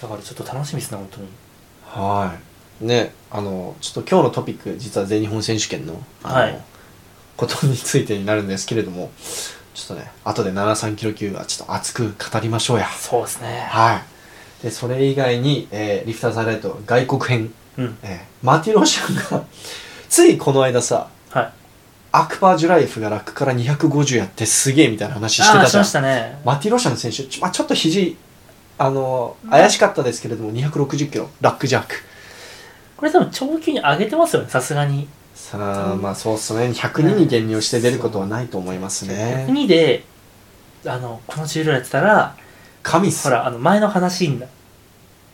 だからちょっと楽しみですね本当にうんはいねあのちょっと今日のトピック実は全日本選手権のあの、はいことについてになるんですけれどもちょっとね後で73キロ級はちょっと熱く語りましょうやそうですねはいでそれ以外に、えーリフターズハイライト外国編うんええマティロシャンがついこの間さはいアクパー・ジュライフがラックから250やってすげえみたいな話してああたーしじゃんましたねマティロシャン選手ちょ,、まあ、ちょっと肘あの怪しかったですけれども260キロラックジャックこれ多分長期に上げてますよねさすがにさあうんまあそうっすね102に減量して出ることはないと思いますね2であのこの重量やってたら神っすほらあの前の話にな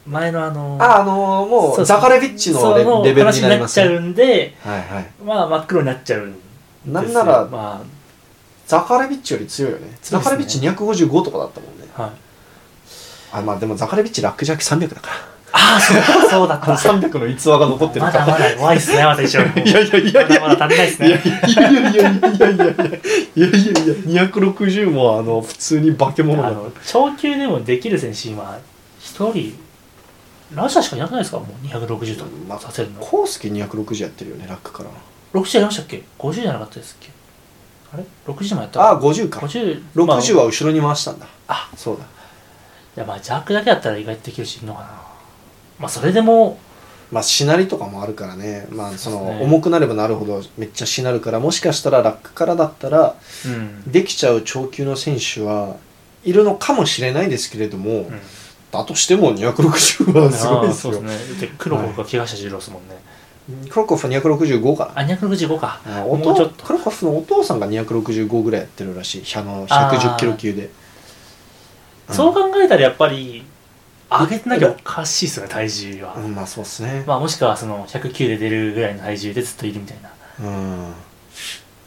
前のあのああのもそううザカレビッチのレそのレベルに話になりなまっちすゃねうんではいはいまあ真っ黒になっちゃうんですよなんならまザカレビッチより強いよねザ強いっすねカレビッチ255とかだったもんねあ、はい、あまあでもザカレビッチラックジャック300だからああそうそうだあっ のた300の逸話が残ってるまかだらまだ弱いっすねまた一緒いやいやいやいやまだまだ足りないっすいやねいやいやいやいやいやいやいやいや260もあの普通に化けあ物だの長級でもできる選手今一人ラシャしかいなくないですかもう260とまあさせるのコースケ260やってるよねラックから60やりましたっけ50じゃなかったですっけあれ60もやったああ50か50 60まあは後ろに回したんだあそうだいやまあジャークだけだったら意外とできる人いるのかなまあそれでもまあしなりとかもあるからねまあそそうですのね重くなればなるほどめっちゃしなるからもしかしたらラックからだったらうん、できちゃう超級の選手はいるのかもしれないですけれども、うんだとしても260はすごいですそうよですね。で、黒子が怪我したジロースもんね。クロコフ265かあ、265か。なおもうちょっと。クロコフのお父さんが265ぐらいやってるらしいあの110キロ級で、うんそう考えたらやっぱり、上げてなきゃおかしいですよね、体重は。うん、まあそうですね、まあもしくはその109で出るぐらいの体重でずっといるみたいな。うん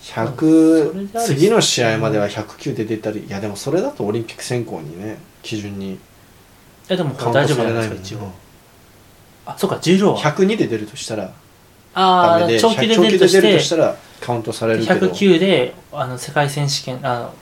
それ100である次の試合までは109で出たりいやでもそれだとオリンピック選考にね基準にえ、でもカウン大ト丈さ夫じゃれなないいでもすんねか、一応。あ、そうか、重量は。 102で出るとしたらあダメあ、で長期で出長ると期しで出るてとし、たらカウントされるけど109であの世界選手権あの、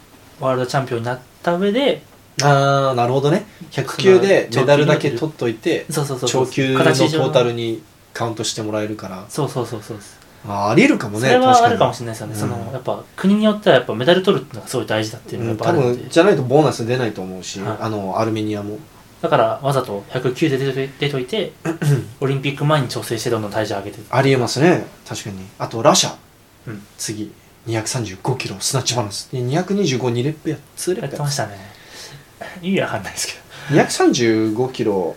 ワールドチャンピオンになった上で、ああなるほどね109でメダルだけ取っといてそうそうそうそう。長球のト形上ータルにカウントしてもらえるからそうそうそうそうです。あありえるかもそねれはある確かかもにしれないですよね。うんそのやっぱ国によってはやっぱメダル取るっていうのがすごい大事だっていうのがうんやっぱあ多るんで、分じゃないとボーナス出ないと思うし、はいあのアルメニアもだからわざと109で出と出といて、オリンピック前に調整してどんどん体重上げて、ありえますね確かにあとラシャ、うん次235キロスナッチバランスで225二レップや2レッやっプてやましたね。意味わかんないですけ235キロ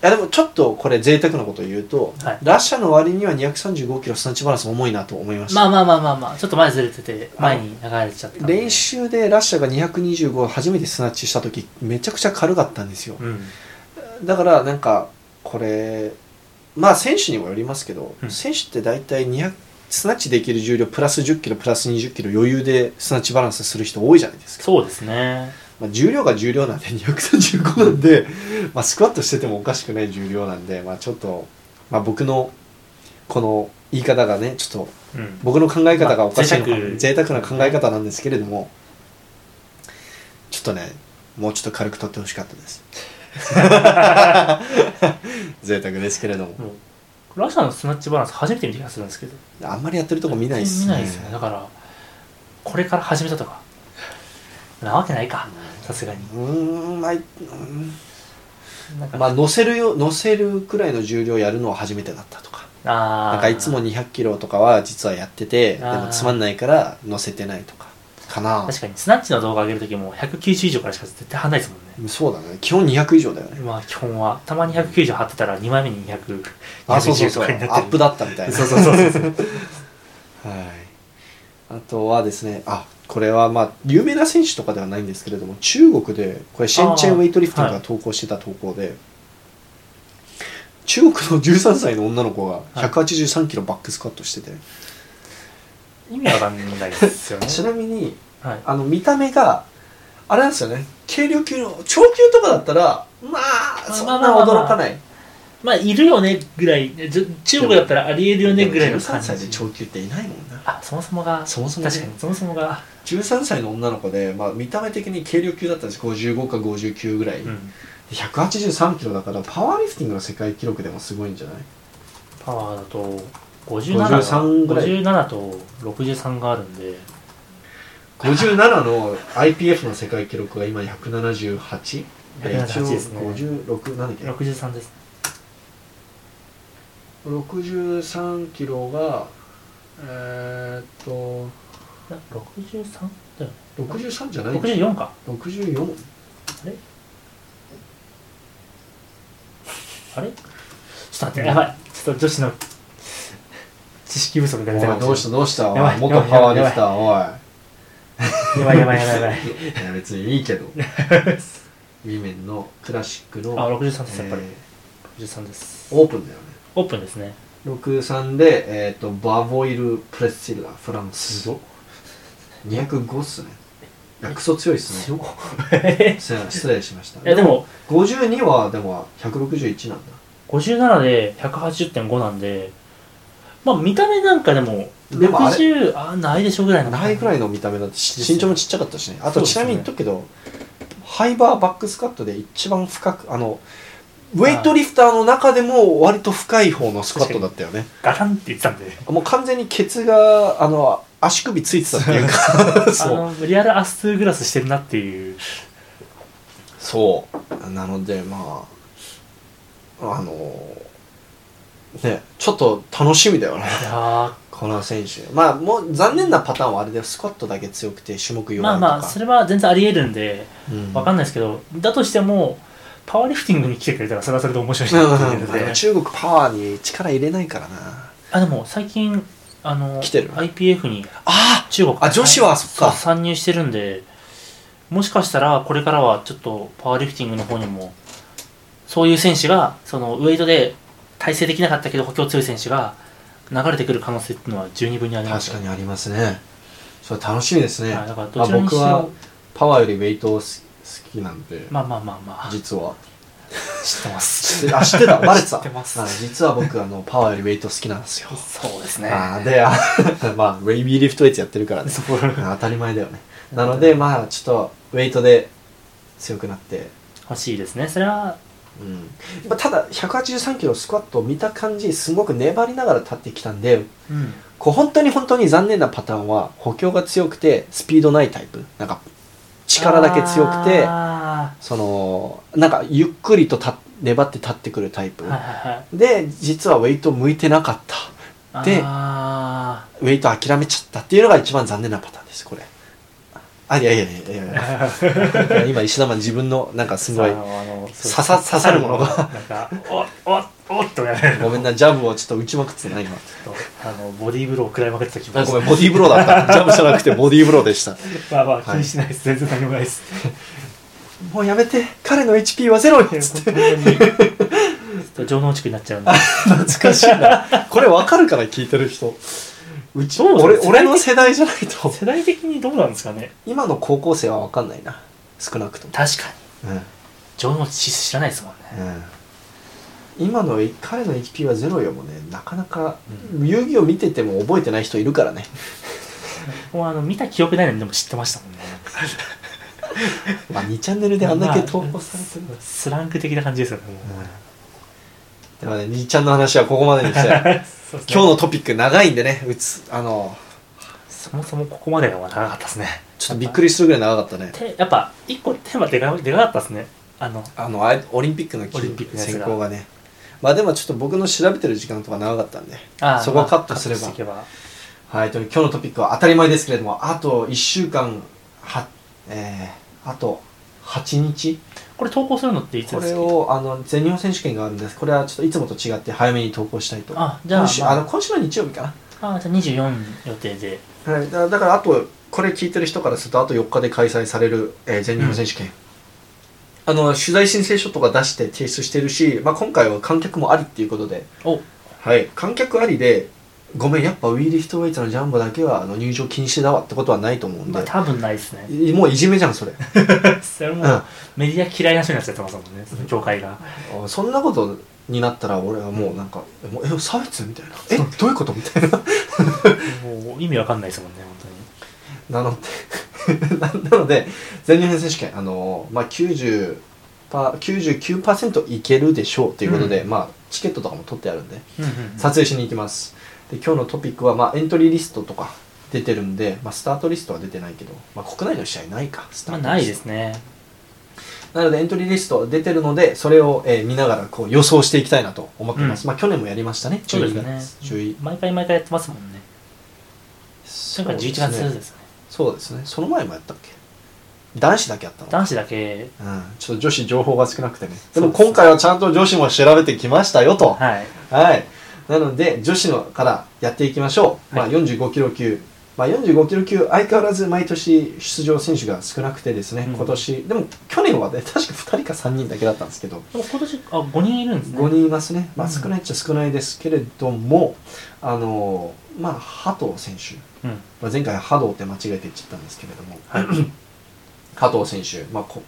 いやでもちょっとこれ贅沢なこと言うと、はいラシャの割には235キロスナッチバランス重いなと思いましど。た、まあまあまあまあまあ、ちょっと前ずれてて、前に流れちゃった。練。習でラッシャーが225を初めてスナッチした時めちゃくちゃ軽かったんですようん。だからなんかこれまあ選手にもよりますけど、うん選手って大体200スナッチできる重量プラス1 0キロプラス2 0キロ余裕でスナッチバランスする人多いじゃないですか、そうですね。まあ、重量が重量なんで235なんで、まあ、スクワットしててもおかしくない重量なんで、まあ、ちょっと、まあ、僕のこの言い方がねちょっとうん。 僕の考え方がおかしいのか、まあ贅贅沢な考え方なんですけれどもちょっとねもうちょっと軽く取ってほしかったです贅沢ですけれどももうラシャのスナッチバランス初めて見た気がするんですけど。あんまりやってるとこ見ないっすね見ないですね。だから、これから始めたとか。なわけないか。さすがに。うーんまあ、うんなんか、まあ乗せるよ乗せるくらいの重量やるのは初めてだったとかあーなんかいつも2 0 0キロとかは実はやっててであーもつまんないから乗せてないとかかな確かに、スナッチの動画上げるときも190以上からしか絶対貼んないですもんね。そうだね基本200以上だよねまあ、基本は。たまに190貼ってたら2枚目に200。あそうそうそうア210とかになってるップだったみたいなそうそうそうそう。はい、あとはですねあこれはまあ有名な選手とかではないんですけれども中国でこれシェンチェンウェイトリフティングが投稿してた投稿で、中国の13歳の女の子が1 8 3キロバックスクワットしてて、意味わかんないですよね。ちなみにはい。あの見た目があれなんですよね軽量級の超級とかだったらまあそんな驚かないまあ、いるよねぐらい、じゅ中国だったらありえるよねぐらいの13感じ。歳で超級っていないもんなあ、そもそもが、そもそもね確かに、そもそもが、 13歳の女の子で、まあ、見た目的に軽量級だったんです55か59ぐらい、うん、 183キロだからパワーリフティングの世界記録でもすごいんじゃないパワーだと、57が53ぐらい57と63があるんで、 57の IPF の世界記録が今178 178ですね56なんだっけ63です。 63キロがえー、っとな 63? だよね。 63じゃない64か。 64あれちょっと待って、やばい。ちょっと女子の 知識不足がお出たかいもどうししたどうしたおやばいい元パワーリフターおれない。やばいやばいやばいや いいや別にいいけ どミメンのクラシックのばい。あ、63です、やっぱりえ。 63です。ーオープンだよねオープンですね。 63で、えー、とバボイル・プレッシラフランスすごっ205っすねいやクソ強いっすね強っえすいません失礼しましたでも、 52はでも161なんだ57で180.5なんで、まあ見た目なんかでも、でもあれ60、あないでしょぐらいの。ないぐらいの見た目だって身長もちっちゃかったしねあとちなみに言っとくけど、ハイバーバックスカットで一番深くあのウェイトリフターの中でも割と深い方のスクワットだったよねガタンって言ってたんで。もう完全にケツがあの足首ついてたっていうか あそうの、リアルアストゥーグラスしてるなっていう。そうなのでまああのねちょっと楽しみだよねいやこの選手まあもう残念なパターンはあれだよスクワットだけ強くて種目ー弱まいあとかまあ、それは全然あり得るんで、うんわかんないですけど、だとしても、パワーリフティングに来てくれたらそれはそれで面白いなっていうのうでん、 中国パワーに力入れないからなあでも最近あの来てる IPF にあ中国あ女子はそっかう参入してるんでもしかしたらこれからはちょっとパワーリフティングの方にもそういう選手がそのウエイトで体制できなかったけど補強強い選手が流れてくる可能性っていうのは十二分にあります確かにありますねそれ楽しみですね、はいだからどあちらにし僕はろパワーよりウェイトをす好きなんで、まあまあまあまあ知っ実はてますあ知ってたバレてた 知ってますあ実は僕あのパワーよりウェイト好きなんですよそうですねあーであ まあウェイビーリフトウェイツやってるからねそう当たり前だよねなのでまあちょっとウェイトで強くなって、欲しいですねそれはうんまあ、ただ183キロスクワットを見た感じすごく粘りながら立ってきたんでうんこう本当に本当に残念なパターンは補強が強くてスピードないタイプなんか力だけ強くてあそのなんかゆっくりと立っ粘って立ってくるタイプ、ーはいはいはいで実はウェイト向いてなかったであウェイト諦めちゃったっていうのが一番残念なパターンですこれあいやいやいやいやいや ー今石田マン自分のなんかすごいあのあの刺刺さ刺さるものがなんかおおおっとやられるごめんなジャブをちょっと打ちまくってたな今あのボディーブローを食らいまくってた気分あ ごめんボディーブローだったジャブじゃなくてボディーブローでしたまあまあ気にしないです、全然何もないですもうやめて彼の HP はゼロよいやつっ本て当にちょっと情能地区になっちゃうんで懐かしいなこれわかるから聞いてる人うちどうなの俺俺の世代じゃないと世代的にどうなんですかね今の高校生はわかんないな少なくとも、確かにうん情能地区知らないですもんねうん、今の彼の HP はゼロよもねなかなか遊戯を見てても覚えてない人いるから ねもうあの見た記憶ないのにでも知ってましたもんねまあ2チャンネルであんだけ投稿されてる、スランク的な感じですよねもうでもね2ちゃんの話はここまでにして そうですね今日のトピック長いんでねうつあのそもそもここまでは長かったですねちょっとびっくりするぐらい長かったねてやっぱ一個テーマでかでかかったですねあのあのあオリンピックのオリンピックのやつ選が考がねまあでもちょっと僕の調べてる時間とか長かったんであーそこはカットすればまあカットしていけばはい、という今日のトピックは当たり前ですけれども、あと1週間、は、えー、あと8日、これ投稿するのっていつこですれかをあの全日本選手権があるんです、これはちょっといつもと違って早めに投稿したいと。あじゃあ,、今週まああの今週の日曜日かあじゃあ24予定でな、はい、だだからあと、これ聞いてる人からすると、あと4日で開催される、えー全日本選手権、あの取材申請書とか出して提出してるし、まあ、今回は観客もありっていうことで、おはい、観客ありで、ごめん、やっぱウィーリフトウェイトのジャンボだけはあの入場禁止だわってことはないと思うんでまあ。多分ないですねいもういじめじゃんそれ、それもうんメディア嫌いな人になっちゃってますもんねその教会がそんなことになったら俺はもうなんか「もうえ差別?」みたいな「えどういうこと?」みたいなもう意味わかんないですもんね本なので ななので全日本選手権あのまあ90パー99%いけるでしょうということで、まあチケットとかも取ってあるんで当に、うんうんうん、撮影しに行きますで今日のトピックは、まあ、エントリーリストとか出てるんで、まあ、スタートリストは出てないけど、まあ、国内の試合ないかスタまーあトないでリストすねなのでエントリーリスト出てるのでそれを、えー見ながらこう予想していきたいなと思ってます、うんまあ去年もやりましたねそうですね11毎回毎回やってますもんね月今回11月ですねそうですねその前もやったっけ男子だけやったの男子だけうん、ちょっと女子情報が少なくてねでそうもですね今回はちゃんと女子も調べてきましたよとはい、はいなので女子のからやっていきましょう、はいまあ45キロ級まあ、45キロ級相変わらず毎年出場選手が少なくてですね、うん今年でも去年はね確か2人か3人だけだったんですけどでも今年あ5人いるんですね5人いますね、まあ、うん少ないっちゃ少ないですけれども、あのまあ、波藤選手、うんまあ、前回、波動って間違えて言っちゃったんですけれども、はい 加藤選手、まあ、こ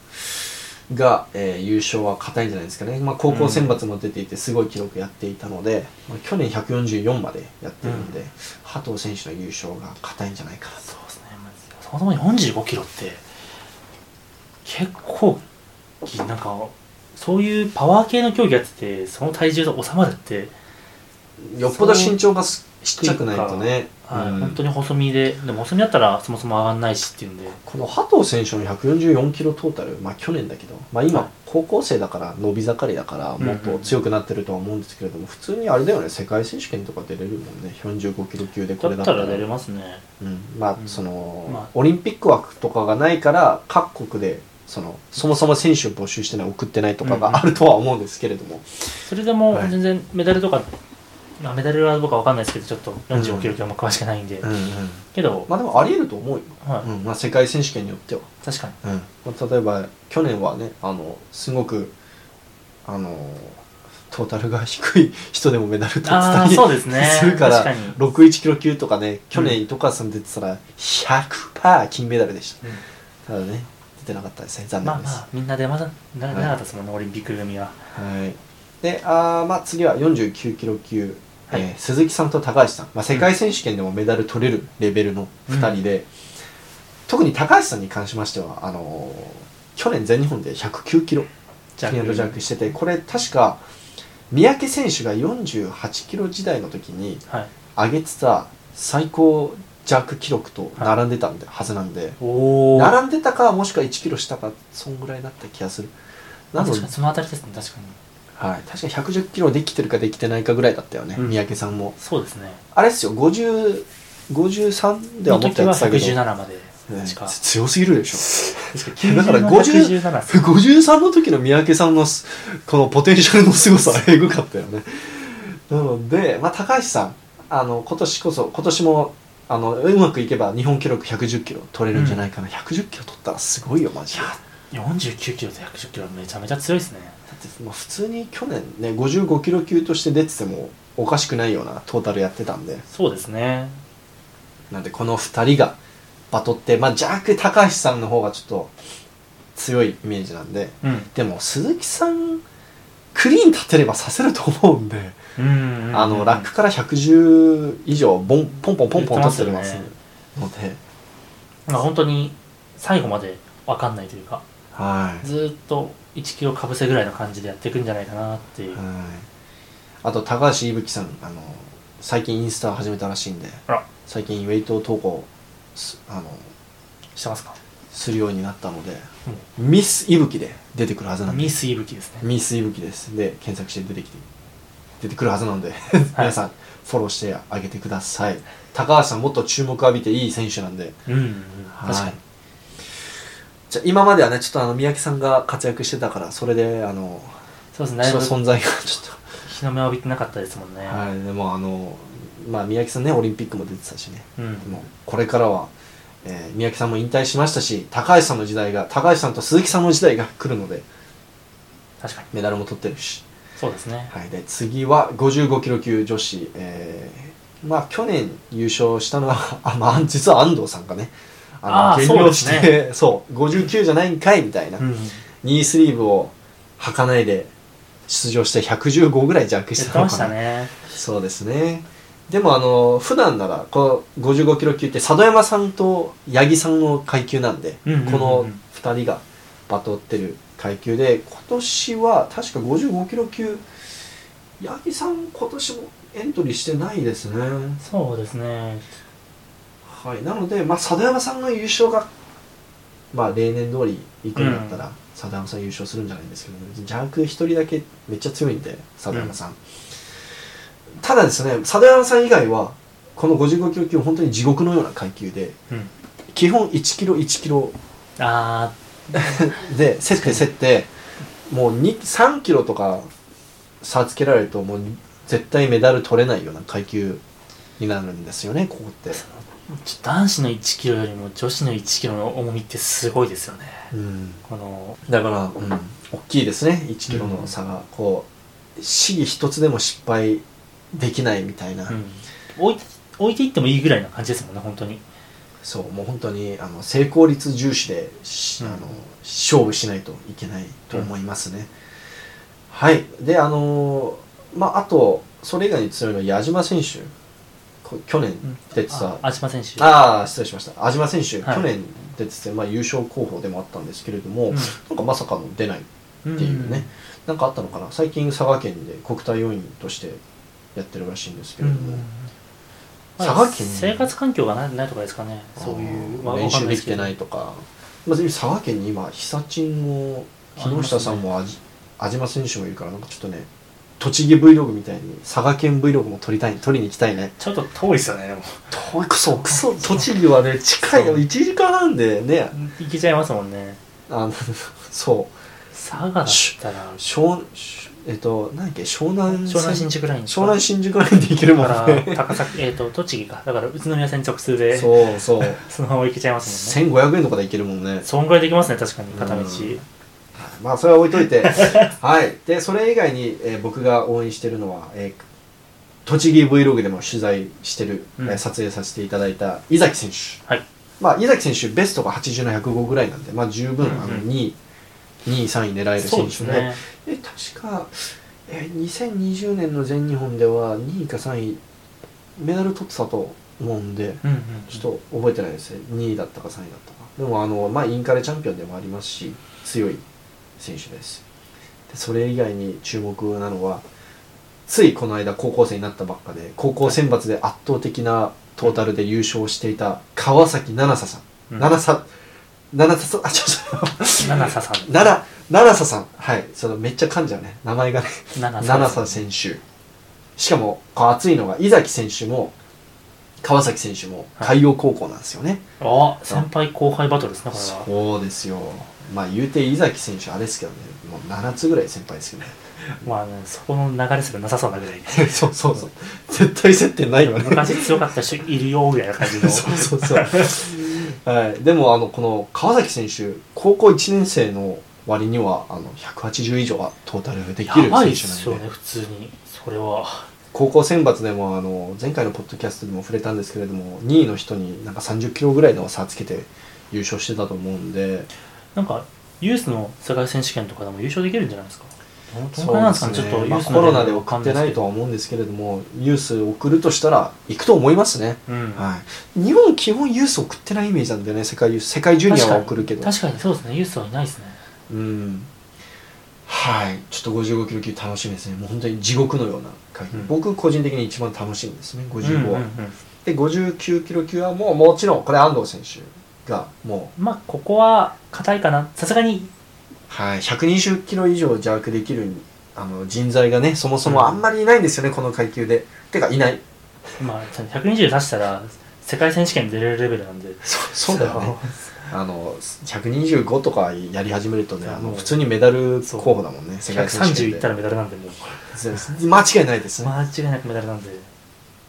が、えー優勝は硬いんじゃないですかね、まあ、高校選抜も出ていてすごい記録やっていたので、まあ、去年144までやってるので、う波藤選手の優勝が硬いんじゃないかなとそうですねまあそもそも45キロって結構なんかそういうパワー系の競技やっててその体重で収まるって、よっぽど身長がすちっちゃくないとね、はういん本当に細身ででも細身だったらそもそも上がんないしっていうんでこの波藤選手の144キロトータル、まあ、去年だけど、まあ、はい今、高校生だから伸び盛りだからもっうんうとん強くなってるとは思うんですけれども普通にあれだよね世界選手権とか出れるもんね45キロ級でこれだだっったたらら出れますねうんまうあんその、まあオリンピック枠とかがないから各国でそのそもそも選手を募集してない送ってないとかがあるとは思うんですけれども、それでもはい全然メダルとか、まあメダルは僕は分かんないですけど、ちょっと45キロ級はもう詳しくないんで、けど、まあでもあり得ると思うよ、はいうんまあ、世界選手権によっては、確かに。うんまあ、例えば去年はねあのすごくあのトータルが低い人でもメダル取ってあた あ、りそうですね。するから確かに。 61キロ級とかね去年糸川さん出てたら100%金メダルでした、うんただね出てなかったですね残まあ念まです、あ、みんな出ませんな出なかったですもんね、オリンピック組は。はいであーまあ、次は49キロ級、はいえー鈴木さんと高橋さん、まあ、世界選手権でもメダル取れるレベルの2人で、特に高橋さんに関しましてはあのー去年全日本で109キロジジャャックックしててこれ確か三宅選手が48キロ時代の時にはい。上げてた最高ジャック記録と並んでたんで、はずなんでおお。並んでたかもしくは1キロしたかそんぐらいだった気がするなの確でかにそのあたりですね、確かに。はい、確か110キロできてるかできてないかぐらいだったよね、うん三宅さんもそうですね。あれですよ50 53ではのもっ時とやはってたけど、 117まで。うん 確か。強すぎるでしょ確かにだから50 97 117っす53の時の三宅さんのすこのポテンシャルの凄さはえぐかったよねなので、まあ、高橋さんあの今年こそ今年もあのうまくいけば日本記録110キロ取れるんじゃないかな、110キロ取ったらすごいよマジでいや49キロと110キロめちゃめちゃ強いですね。だってまあ普通に去年ね55キロ級として出ててもおかしくないようなトータルやってたんでそうですね。なんでこの2人がバトってまあ弱高橋さんの方がちょっと強いイメージなんでうん。でも鈴木さんクリーン立てればさせると思うんで、うんうんうんあのラックから110以上ボンポンポンポンポン立ってます言ってので、まあ本当に最後まで分かんないというか、はい、ずーっと1キロかぶせぐらいの感じでやっていくんじゃないかなっていう。はい、あと高橋いぶきさんあの最近インスタ始めたらしいんであら最近ウェイト投稿すあのしてますかするようになったので、ミスいぶきで出てくるはずなんでミスイブキですね。ミスいぶきですで検索して出てきて出てくるはずなんで、皆さんフォローしてあげてください高橋さんもっと注目浴びていい選手なんでうんうん。確かはいに。じゃあ今まではねちょっとあの三宅さんが活躍してたからそれであのそうですね。だいそぶの存在が ちょっ日の目を浴びてなかったですもんね。とはいでもあのまあ三宅さんねオリンピックも出てたしねうん。もうこれからは、えー三宅さんも引退しましたし高橋さんの時代が高橋さんと鈴木さんの時代が来るので確かに。メダルも取ってるし、そうですね。はい、で次は55キロ級女子、えーまあ去年優勝したのは あ、まあ、実は安藤さんがねああーの減量そうしでてそう,、59じゃないんかいみたいな、うん。ニースリーブを履かないで出場して115ぐらいジャック言しっててたのまかしなたね。そうですねでもあの普段ならこの55キロ級って佐渡山さんと八木さんの階級なんで、うんうんうんうんこの2人がバトってる階級で今年は確か55キロ級八木さん今年もエントリーしてないですねそうですね。はいなので、まあ、佐渡山さんの優勝が、まあ、例年通り行くんだったら、佐渡山さん優勝するんじゃないんですけど、ね、ジャンク1人だけめっちゃ強いんで佐渡山さん、ただですね佐渡山さん以外はこの55キロ級本当に地獄のような階級でうん。基本1キロ1キロあで競って競ってもう2 3キロとか差つけられるともう絶対メダル取れないような階級になるんですよねここって、ーちょ男子の1キロよりも女子の1キロの重みってすごいですよね。うんこの、だから、うん、大きいですね1キロの差が、こう試技一つでも失敗できないみたいな、うん。置いて、置いていってもいいぐらいな感じですもんね、本当に。そうもう本当にあの成功率重視でしうんあの勝負しないといけないと思いますね、はいであのーまああとそれ以外に強いのは矢島選手こ去年うん出てた、あ、安島選手。ああ失礼しました安島選手、はい去年出てて、まあ、優勝候補でもあったんですけれども、うんなんかまさかの出ないんっていうね、なんかあったのかな最近佐賀県で国体要員としてやってるらしいんですけうんれうどんも、まあ佐賀県生活環境がないないとかですかねそういうあーわわ練か習んなでいきすてけどないとか、まあ、でも佐賀県に今久鎮も木下さんもあじ安島選手もいるからなんかちょっとね栃木 Vlog みたいに佐賀県 Vlog も撮りたい撮りに行きたいねちょっと遠いですよねでも遠いくそくそ栃木はね近いよそう1時間半でね行けちゃいますもんねあのそう佐賀だったら湘えっと何だっけ湘南湘南新宿ライン湘南新宿ラインで行けるもだんかねら高崎えっ、と栃木かだから宇都宮線直通でそそうそうのまま行けちゃいますもんね1500円とかで行けるもんねそんぐらいできますね確かに片道、うんまあそれは置いといて はいでそれ以外に、えー僕が応援してるのは、えー栃木 Vlog でも取材してる、うんえー撮影させていただいた井崎選手はいまあ井崎選手ベストが80の105ぐらいなんでまあ十分、あうんのうん2位2位3位狙えるそ選うです手でねえ確か、えー2020年の全日本では2位か3位メダル取ってたと思うんでうんうんちょっと覚えてないですね2位だったか3位だったかでもあの、まあ、インカレチャンピオンでもありますし強い選手ですでそれ以外に注目なのはついこの間高校生になったばっかで高校選抜で圧倒的なトータルで優勝していた川崎七紗さん、うん七紗七紗さんあちょっと七佐さん奈良奈良さんはいそのめっちゃ噛んじゃうね名前がね七奈良選手しかもこう熱いのが井崎選手も川崎選手もはい海洋高校なんですよね、あ先輩後輩バトルですねこれはそうですよまあ言うて井崎選手あれですけどねもう7つぐらい先輩ですけどねまあねそこの流れすらなさそうなぐらい そうそうそう絶対接点ないよね昔強かった人いるよぐらいな感じ のそうそうそう、はい、でもあのこの川崎選手高校1年生の割にはあの180以上はトータルできる選手やなばんいでですよね普通にそれは高校選抜でもあの前回のポッドキャストでも触れたんですけれども2位の人になんか30キロぐらいの差つけて優勝してたと思うんでなんかユースの世界選手権とかでも優勝できるんじゃないですかそどんうなですんですかねちょっとねユまーあスのコロナでレベル送ってないとわは思うんですけれどもユース送るとしたら行くと思いますね、かんないですけどうんはい、日本基本ユース送ってないイメージなんでね世界ユース世界ジュニアは送るけど確かにそうですねユースはいないですねうんはいちょっと55キロ級楽しみですねもう本当に地獄のような感じ、うん僕個人的に一番楽しみですね55は。うんうんうんで59キロ級はもうもちろんこれ安藤選手がもう、まあここは硬いかなさすがにはい、120キロ以上弱できるあの人材がねそもそもあんまりいないんですよね、この階級でてかいないまあ120出したら世界選手権出れるレベルなんで そそうだよねあの125とかやり始めるとねあの普通にメダル候補だもんね世界選手130権いでったらメダルなんでもう間違いないですね、間違いなくメダルなんで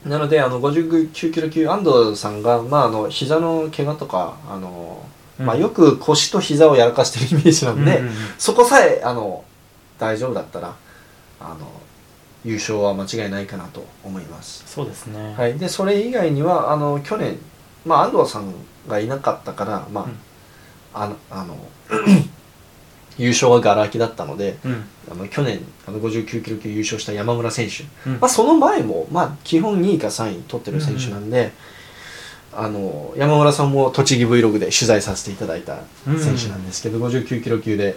なのであの59キロ級安藤さんがまああの膝の怪我とかあの、まあ、よく腰と膝をやらかしてるイメージなんで、うんうんうんそこさえあの大丈夫だったらあの優勝は間違いないかなと思います、そうですねはい、でそれ以外にはあの去年、まあ、安藤さんがいなかったから、まうんああのあの 優勝はがら空きだったのでうんあの去年あの59キロ級優勝した山村選手、うんまあ、その前も、まあ、基本2位か3位取ってる選手なんで、あの山村さんも栃木 Vlog で取材させていただいた選手なんですけど、59キロ級で、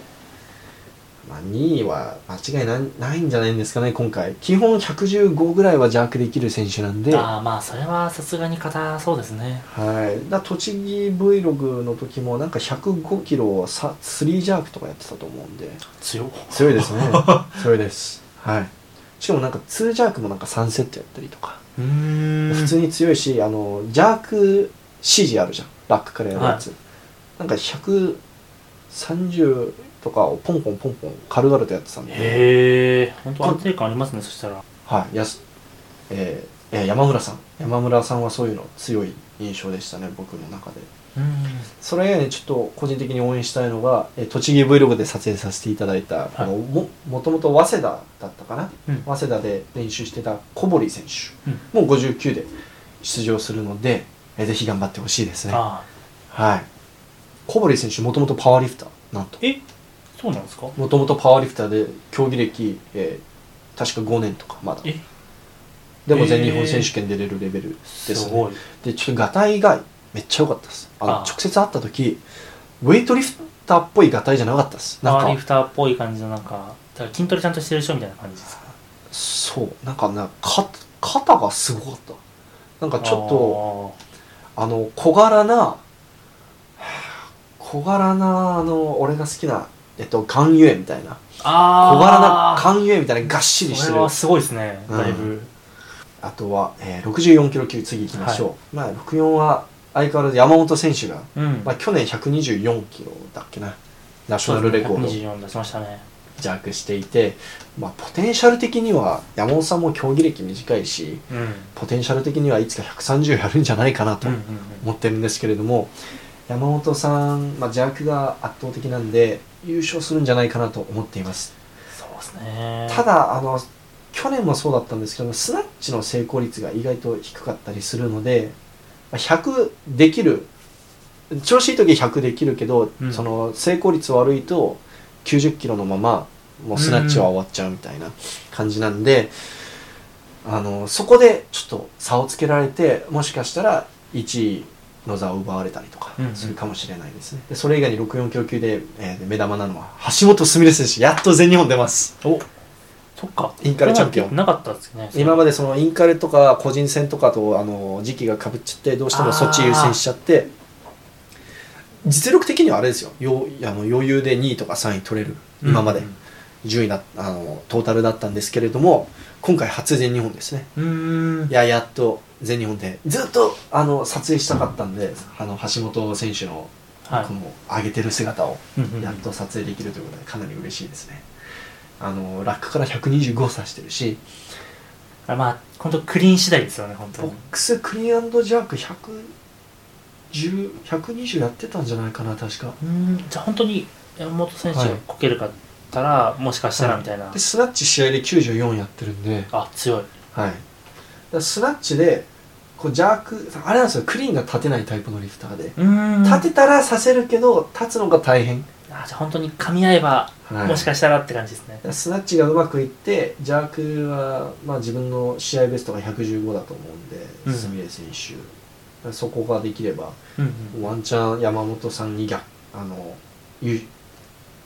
まあ、2位は間違いないないんじゃないんですかね今回基本115ぐらいは弱できる選手なんで。ああまあそれはさすがに硬そうですねはい、だ栃木 Vlog の時もなんか105キロをさ3ジャークとかやってたと思うんで強っ強いですね 強いですはいしかもなんか2ジャークもなんか3セットやったりとかうーん普通に強いしあのジャーク指示あるじゃんラックからやるやつ、なんか130とかをポンポンポンポン軽々とやってたんで、へえ本当安定感ありますねそしたらはいやすえーえー山村さん山村さんはそういうの強い印象でしたね僕の中でうんそれ以外にちょっと個人的に応援したいのが、えー栃木 Vlog で撮影させていただいた、あのももともと早稲田だったかなうん早稲田で練習してた小堀選手、うんもう59で出場するので、えーぜひ頑張ってほしいですねああはい小堀選手もともとパワーリフターなんとえそうなんですかもともとパワーリフターで競技歴、えー確か5年とかまだえでも全日本選手権出れるレベルですね、すごいでちょっとガタイがめっちゃ良かったですあのああ直接会った時ウェイトリフターっぽいガタイじゃなかったですパなワーリんかフターっぽい感じのなんかだから筋トレちゃんとしてる人みたいな感じですかそうなんかなか肩がすごかったなんかちょっとあの小柄なはあ小柄なあの俺が好きなえっと岩湯みたいなあーあ小ー柄な関係みたいながっしりしそてれるはすごいですねうんだいぶあとは、えー、64キロ級次行きましょう、まあ64は相変わらず山本選手が、うんまあ、去年124キロだっけなナショナルレコード124出しましたね弱していて、まあ、ポテンシャル的には山本さんも競技歴短いしうんうんポテンシャル的にはいつか130やるんじゃないかなとうん思ってるんですけれども、山本さん、まあ、邪悪が圧倒的なんで優勝するんじゃないかなと思っています、そうですねただあの去年もそうだったんですけどもスナッチの成功率が意外と低かったりするのでまあ100できる調子いい時100できるけど、うんその成功率悪いと90キロのままもうスナッチは終わっちゃうみたいな感じなんで、あのそこでちょっと差をつけられてもしかしたら1位の座を奪われたりとかうんうんするかもしれないですね、でそれ以外に64キロ級で、えー目玉なのは橋本すみれ選手やっと全日本出ますおそっかインカレチャンピオンなかったですね今まででそのインカレとか個人戦とかとあの時期がかぶっちゃってどうしてもそっち優先しちゃって実力的にはあれですよよあの余裕で2位とか3位取れる今まで順位だあのトータルだったんですけれども今回初全日本ですねうんうんいややっと全日本でずっとあの撮影したかったんであの橋本選手のはいこの上げてる姿をうんうんやっと撮影できるということでかなり嬉しいですねあのラックから125差してるしあまあ本当クリーン次第ですよね本当ボッにクスクリーンジャーク110 120やってたんじゃないかな確かうんじゃあ本当に山本選手がこけるかったら、もしかしたらみたいな、でスナッチ試合で94やってるんで、あ強いはい、だからスナッチでこうジャークあれなんですよクリーンが立てないタイプのリフターで、うん立てたらさせるけど立つのが大変、あじゃあ本当に噛み合えば、はい、もしかしたらって感じですねスナッチがうまくいって、ジャークは、まあ、自分の試合ベストが115だと思うんで、うんすみれ選手、そこができれば、うんワンチャン山本さんに逆、あの、ゆ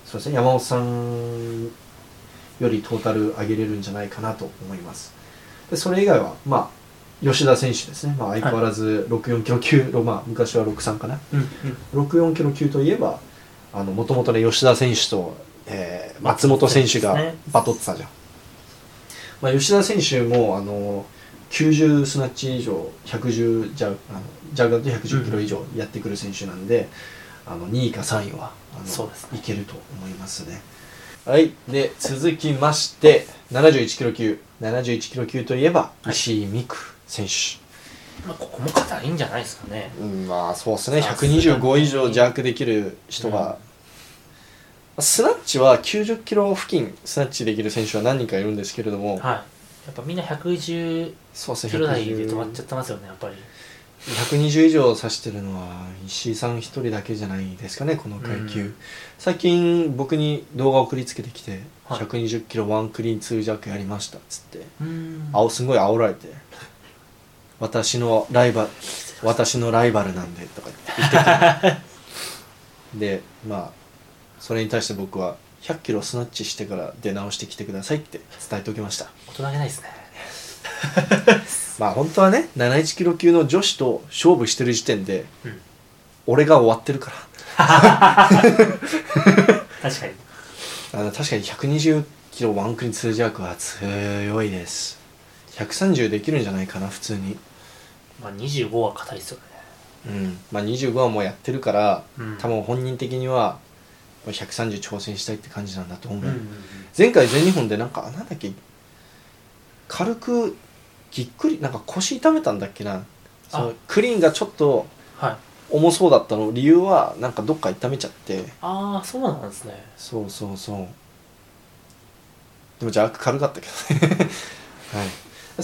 そうですね、山本さんよりトータル上げれるんじゃないかなと思います。でそれ以外は、まあ、吉田選手ですね、まあ、相変わらず64キロ級、まあ、昔は63かな、うんうん64キロ級といえばもともとね吉田選手と、えー松本選手がそうですねバトってたじゃん、まあ、吉田選手もあの90スナッチ以上110ジャあのジャガーと110キロ以上やってくる選手なんで、あの2位か3位はあのそうですねいけると思いますねはいで続きまして71キロ級71キロ級といえば石井美空選手、まあ、ここも肩いいんじゃないですかねうん、まあそうですねさすがに125以上弱できる人が、スナッチは90キロ付近スナッチできる選手は何人かいるんですけれども、はいやっぱみんな110そうですキねロ台で止まっ110ちゃってますよねやっぱり120以上指してるのは石井さん一人だけじゃないですかねこの階級、うん最近僕に動画を送りつけてきて、はい120キロワンクリーン2弱やりましたっつってうんあおすごい煽られて「私のライバル私のライバルなんで」とか言ってきてでまあそれに対して僕は「100キロスナッチしてから出直してきてください」って伝えておきました大人げないですねまあ本当はね71キロ級の女子と勝負してる時点で、うん俺が終わってるから確かにあの確かに120キロワンクリン2弱は強いです130できるんじゃないかな普通にまあ25は硬いですよねうんまあ25はもうやってるからうん多分本人的にはこれ130挑戦したいって感じなんだと思う、うんうんうん前回全日本でなんかなんだっけ軽くぎっくりなんか腰痛めたんだっけなそのクリーンがちょっとはい重そうだったの理由はなんかどっか痛めちゃってああそうなんですねそうそうそうでもじゃあ軽かったけどね は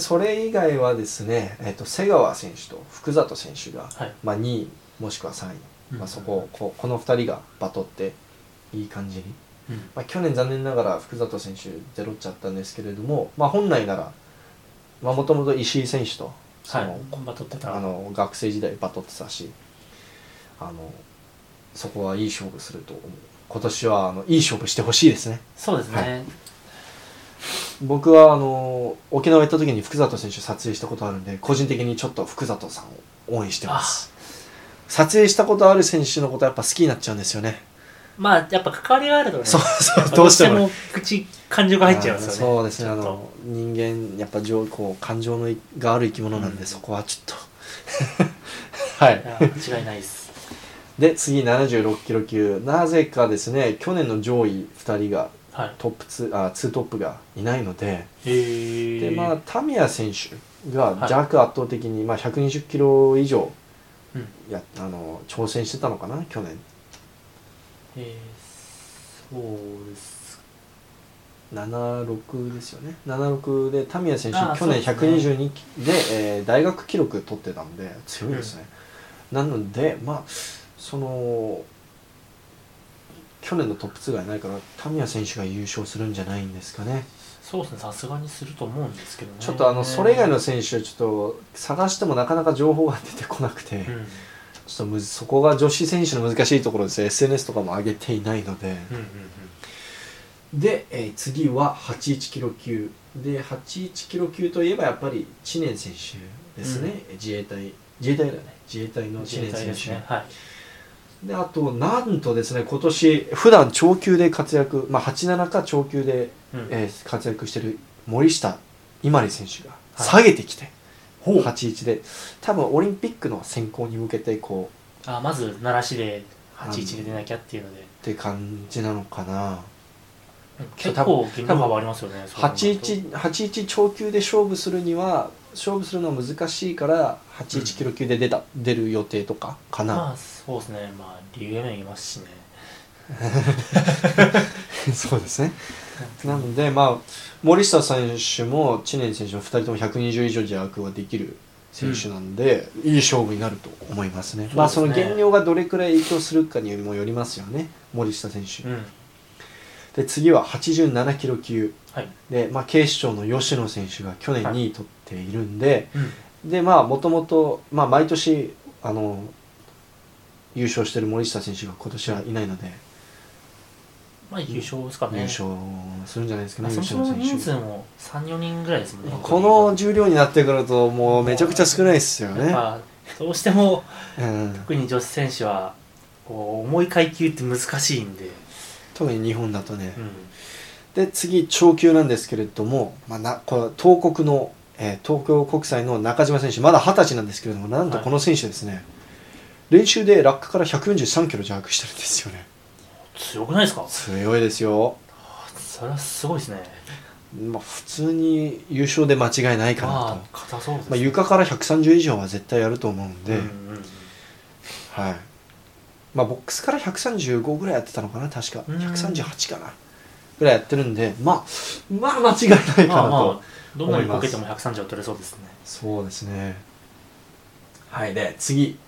いそれ以外はですね、えっと瀬川選手と福里選手が、はいまあ、2位もしくは3位、うんうまあ、んそこをこうこの2人がバトっていい感じに、うんまあ、去年残念ながら福里選手ゼロっちゃったんですけれども、まあ、本来ならもともと石井選手とそはの、いコンバトってたあの学生時代バトってたしあのそこはいい勝負すると思う今年はあのいい勝負してほしいですねそうですね、は僕はあの沖縄行った時に福里選手撮影したことあるんで個人的にちょっと福里さんを応援してます撮影したことある選手のことはやっぱ好きになっちゃうんですよねまあやっぱ関わりがあるとね そうそうやっぱどうしてもね口感情が入っちゃいますよねあーそうですねあちょっとの人間やっぱ情こう感情のいがある生き物なんで、うん そこはちょっとはいいや間違いないですで次76キロ級なぜかですね去年の上位2人がはいトップ2あ2トップがいないのでへーでまあタミヤ選手がはい弱圧倒的に、まあ、120キロ以上うんやあの挑戦してたのかな去年えー、そうです76ですよね76でタミヤ選手あー去年そうです122で、えー大学記録取ってたんで強いですね、なのでまあその去年のトップ2がいないからタミヤ選手が優勝するんじゃないんですかねそうですねさすがにすると思うんですけどねちょっとあのそれ以外の選手はちょっと探してもなかなか情報が出てこなくて、うん、ちょっとむずそこが女子選手の難しいところですね SNS とかも上げていないので、うんうんで、えー次は81キロ級で81キロ級といえばやっぱり知念選手ですね、自衛隊自衛隊だよね自衛隊うのん知念自衛選隊で手すで,、ねはあいとなんとですね今年普段長級で活躍まあ87か長級で、うんえー活躍してる森下今里選手がは下いげてきて、ほう81で多分オリンピックの選考に向けてこうあまず奈良市で81で出なきゃっていうのでって感じなのかな結構ゲーム幅ありますよねそう考えると81 81超級で勝負するには勝負するのは難しいから81キロ級で出た、出る予定とかかな、まあそうですねまあ理由もいますしね そうですねなのでまあ森下選手も知念選手も2人とも120以上自悪はできる選手なんで、いい勝負になると思いますねまあそそうのですね減量がどれくらい影響するかにもよりますよね森下選手、うんで次は87キロ級はいで、まあ、警視庁の吉野選手が去年2位取っているんで、うんでまあもともと毎年あの優勝してる森下選手が今年はいないので、まあ優勝ですかね優勝するんじゃないですかまね、あ、そも吉野そ選も人手数も34人ぐらいですもんねこの重量になってくるともうめちゃくちゃ少ないですよやっね、ぱどうしてもうん、特に女子選手はこう重い階級って難しいんで、特に日本だとね、うん、で次長級なんですけれども、まあ、なこれ東国の、えー東京国際の中島選手まだ二十歳なんですけれどもなんとこの選手ですね、練習で落下から143キロ弱してるんですよね強くないですか強いですよそれはすごいですねまあ、普通に優勝で間違いないかなと、まあ硬そうですまあ、ね、床から130以上は絶対やると思うんで、うんうんはいまあ、ボックスから135ぐらいやってたのかな確かうん138かなぐらいやってるんでまあまあ間違いないかなと、まあまあどんなにこけても130は取れそうですねそうですねはいで次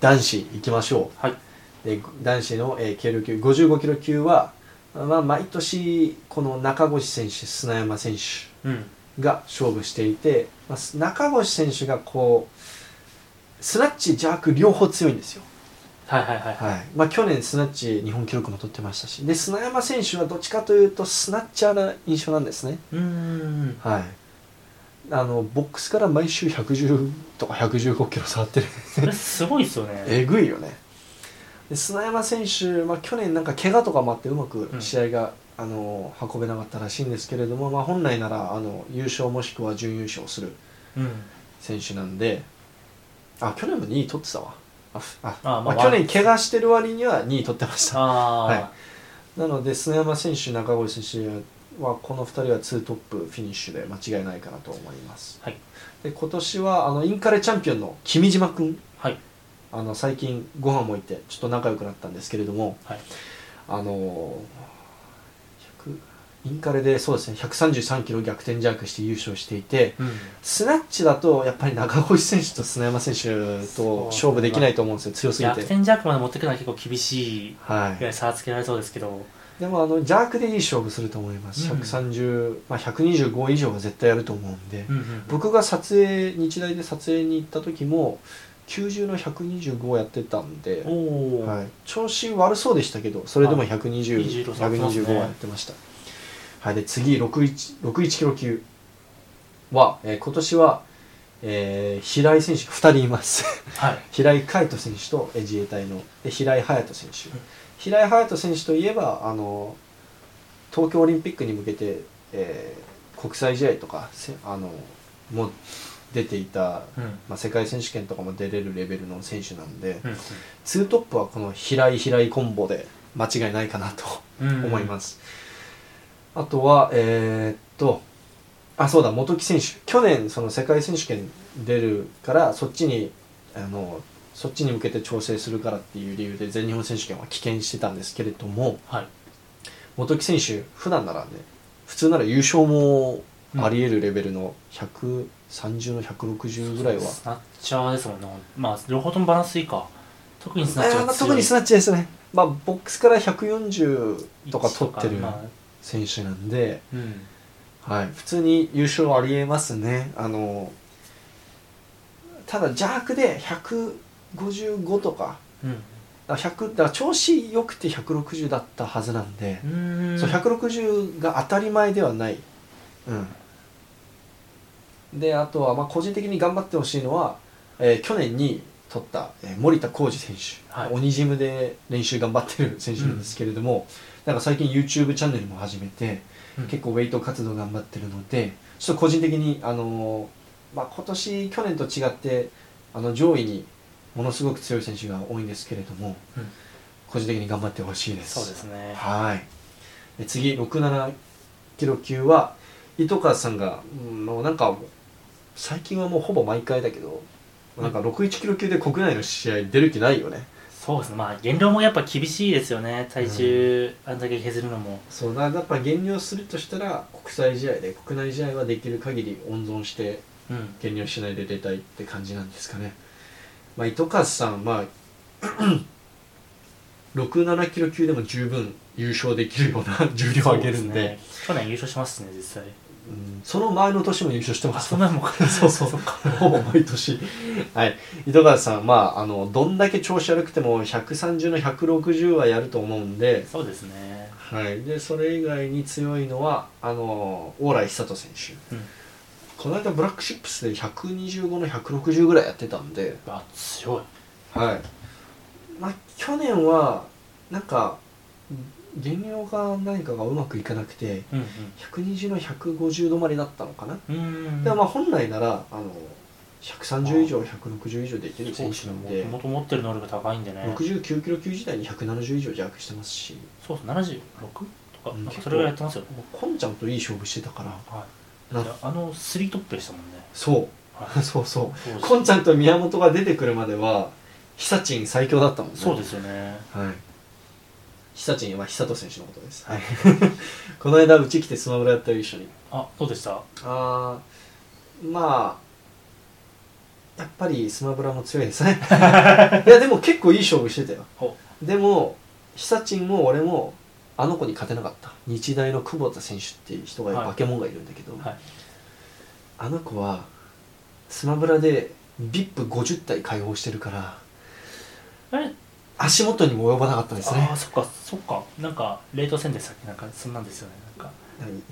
男子いきましょはい、うで男子の、えー軽量級55キロ級は、まあ、毎年この中越選手砂山選手うん、が勝負していて、まあ、す中越選手がこうスナッチジャーク両方強いんですよ、はいはいはいはいはいまあ、去年スナッチ日本記録も取ってましたしで砂山選手はどっちかというとスナッチャーな印象なんですね、うーんはい、あのボックスから毎週110とか115キロ触ってるそれすごいですよ ねえぐいよねで砂山選手、まあ、去年なんか怪我とかもあってうまく試合が、あの運べなかったらしいんですけれども、まあ、本来ならあの優勝もしくは準優勝するうん選手なんであ去年も2位取ってたわあああままあ、あ去年怪我してる割には2位取ってましたああー、はなので砂山選手中越選手はこの2人は2トップフィニッシュで間違いないかなと思います、はいで今年はあのインカレチャンピオンの君島君はいあの最近ご飯も行ってちょっと仲良くなったんですけれども、はいあの100インカレでそうですね133キロ逆転弱して優勝していて、うん、スナッチだとやっぱり中越選手と砂山選手と勝負できないと思うんですよ強すぎ逆て転ジャックまで持ってくのは結構厳しいはぐらい差はつけられそうですけど、いでもあのジャークでいい勝負すると思います、うん130、まあ、125以上は絶対やると思うんで、うんうん僕が撮影日大で撮影に行った時も90の125をやってたんで、おお、はい、調子悪そうでしたけどそれでも120、 26 125はやってました、はい、で次61 61キロ級は、えー今年は、えー平井選手が2人います はい平井海斗選手とえー自衛隊ので平井隼人選手平井隼人選手といえばあの東京オリンピックに向けて、えー国際試合とかせあのもう出ていた、うんまあ、世界選手権とかも出れるレベルの選手なんで、うんツートップはこの平井平井コンボで間違いないかなとうん思います、あとはえーっとあそうだ元木選手去年その世界選手権出るからそっちにあのそっちに向けて調整するからっていう理由で全日本選手権は棄権してたんですけれどもはい元木選手普段ならね普通なら優勝もあり得るレベルの130の160ぐらいは、スナッチャーですもんねまあ両方ともバランスいいか特にスナッチえャーーはまあ強い特にスナッチですね、まあ、ボックスから140とか位置取ってるまあ選手なんで、うんはい、普通に優勝ありえますねあのただ邪悪で155とかうんあ100だから調子良くて160だったはずなんでう、ーんそう160が当たり前ではない、うん、であとはまあ個人的に頑張ってほしいのは、えー去年に取った、えー森田浩二選手、はい鬼ジムで練習頑張ってる選手なんですけれども、なんか最近 YouTube チャンネルも始めてうん結構ウェイト活動頑張ってるのでちょっと個人的に、あのーまあ、今年去年と違ってあの上位にものすごく強い選手が多いんですけれども、うん個人的に頑張ってほしいです。そうですねはい。で次67キロ級は糸川さんが、うん、もうなんか最近はもうほぼ毎回だけど、うんなんか61キロ級で国内の試合出る気ないよね。そうですねまあ減量もやっぱ厳しいですよね体重あんだけ削るのもそうなやっぱ減量するとしたら国際試合で国内試合はできる限り温存してうん減量しないで出たいって感じなんですかね。まあ糸川さんまあ 67キロ級でも十分優勝できるような 重量を上げるんそうで。すね去年優勝しますしね実際うんその前の年も優勝してまあす そんなもんか そうそうっかほぼ毎年はい糸川さんまああのどんだけ調子悪くても130の160はやると思うんで,、そうですねはい、でそれ以外に強いのはあの往来久人選手、うんこの間ブラックシップスで125の160ぐらいやってたんで、あ強いはいまあ、去年はなんか減量が何かがうまくいかなくてうん120の150止まりだったのかなうんうんでもまあ本来ならあの130以上160以上できる選手なんでもと持ってる能力が高いんでね69キロ級時代に170以上弱してますしそうそう76とかうんなんかそれぐらいやってますよねこんちゃんといい勝負してたからはないいやあのスリートップでしたもんねそう はそうそうそうですこんちゃんと宮本が出てくるまでは久珍最強だったもんねそうですよねはい久珍は久人選手のことですはい この間うち来てスマブラやったよ一緒にあどうでしたあーまあやっぱりスマブラも強いです ねいやでも結構いい勝負してたよおでも久珍も俺もあの子に勝てなかった日大の久保田選手っていう人が、はいバケモンがいるんだけど、はいあの子はスマブラで VIP50 体解放してるからあれ足元にも及ばなかったですあねーそっかそっかなんか冷凍戦でさっきなんかそんなんですよねなんか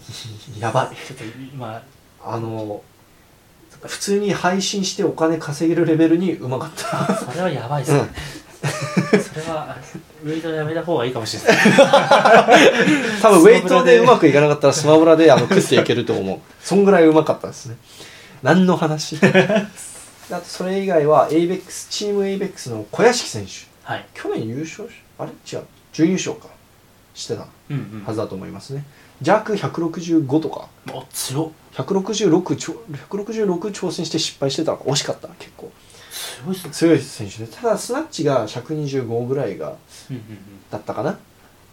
やばいちょっと今あの普通に配信してお金稼げるレベルにうまかった それはやばいですね、それはウェイトやめた方がいいかもしれない多分ウェイトでうまくいかなかったらスマブラであの食っていけると思うそんぐらいうまかったですね何の話 あとそれ以外は ABEX チーム ABEX の小屋敷選手はい去年優勝しあれ違う準優勝かしてたうんうんはずだと思いますね弱165とかお強っ166ちょ166挑戦して失敗してたの惜しかった結構強いっすね強い選手でただスナッチが125ぐらいがうんうんうんだったかな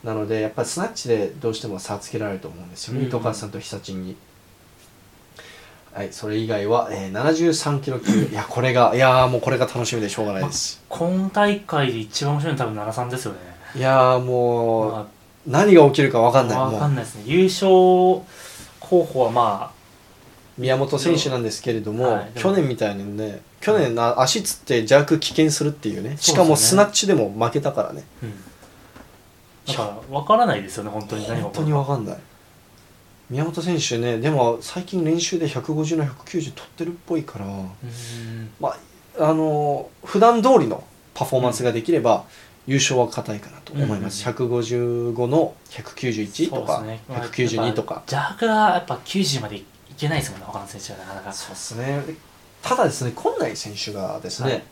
なのでやっぱりスナッチでどうしても差をつけられると思うんですよね、うん糸川さんと久珍にはいそれ以外は、えー、73キロ 級いやこれがいやーもうこれが楽しみでしょうがないです今大会で一番面白いのは多分奈良さんですよねいやーもう、ま何が起きるか分かあんないわかもうんないですね優勝候補はま宮本選手なんですけれども、はい去年みたいにね去年な足つって邪悪棄権するっていうねしかそうもですスねナッチでも負けたからねあ、うん、だから分からないですよね本当に何が本起当こるにか分かんない宮本選手ねでも最近練習で150の190取ってるっぽいからうーんまああの普段通りのパフォーマンスができれば、優勝は硬いかなと思います、155の191とか、そうですねまあ192とかやっぱ邪悪がやっぱ90までいけないですもんね他の選手はなかなかそうですねただですね今内選手がですね、はい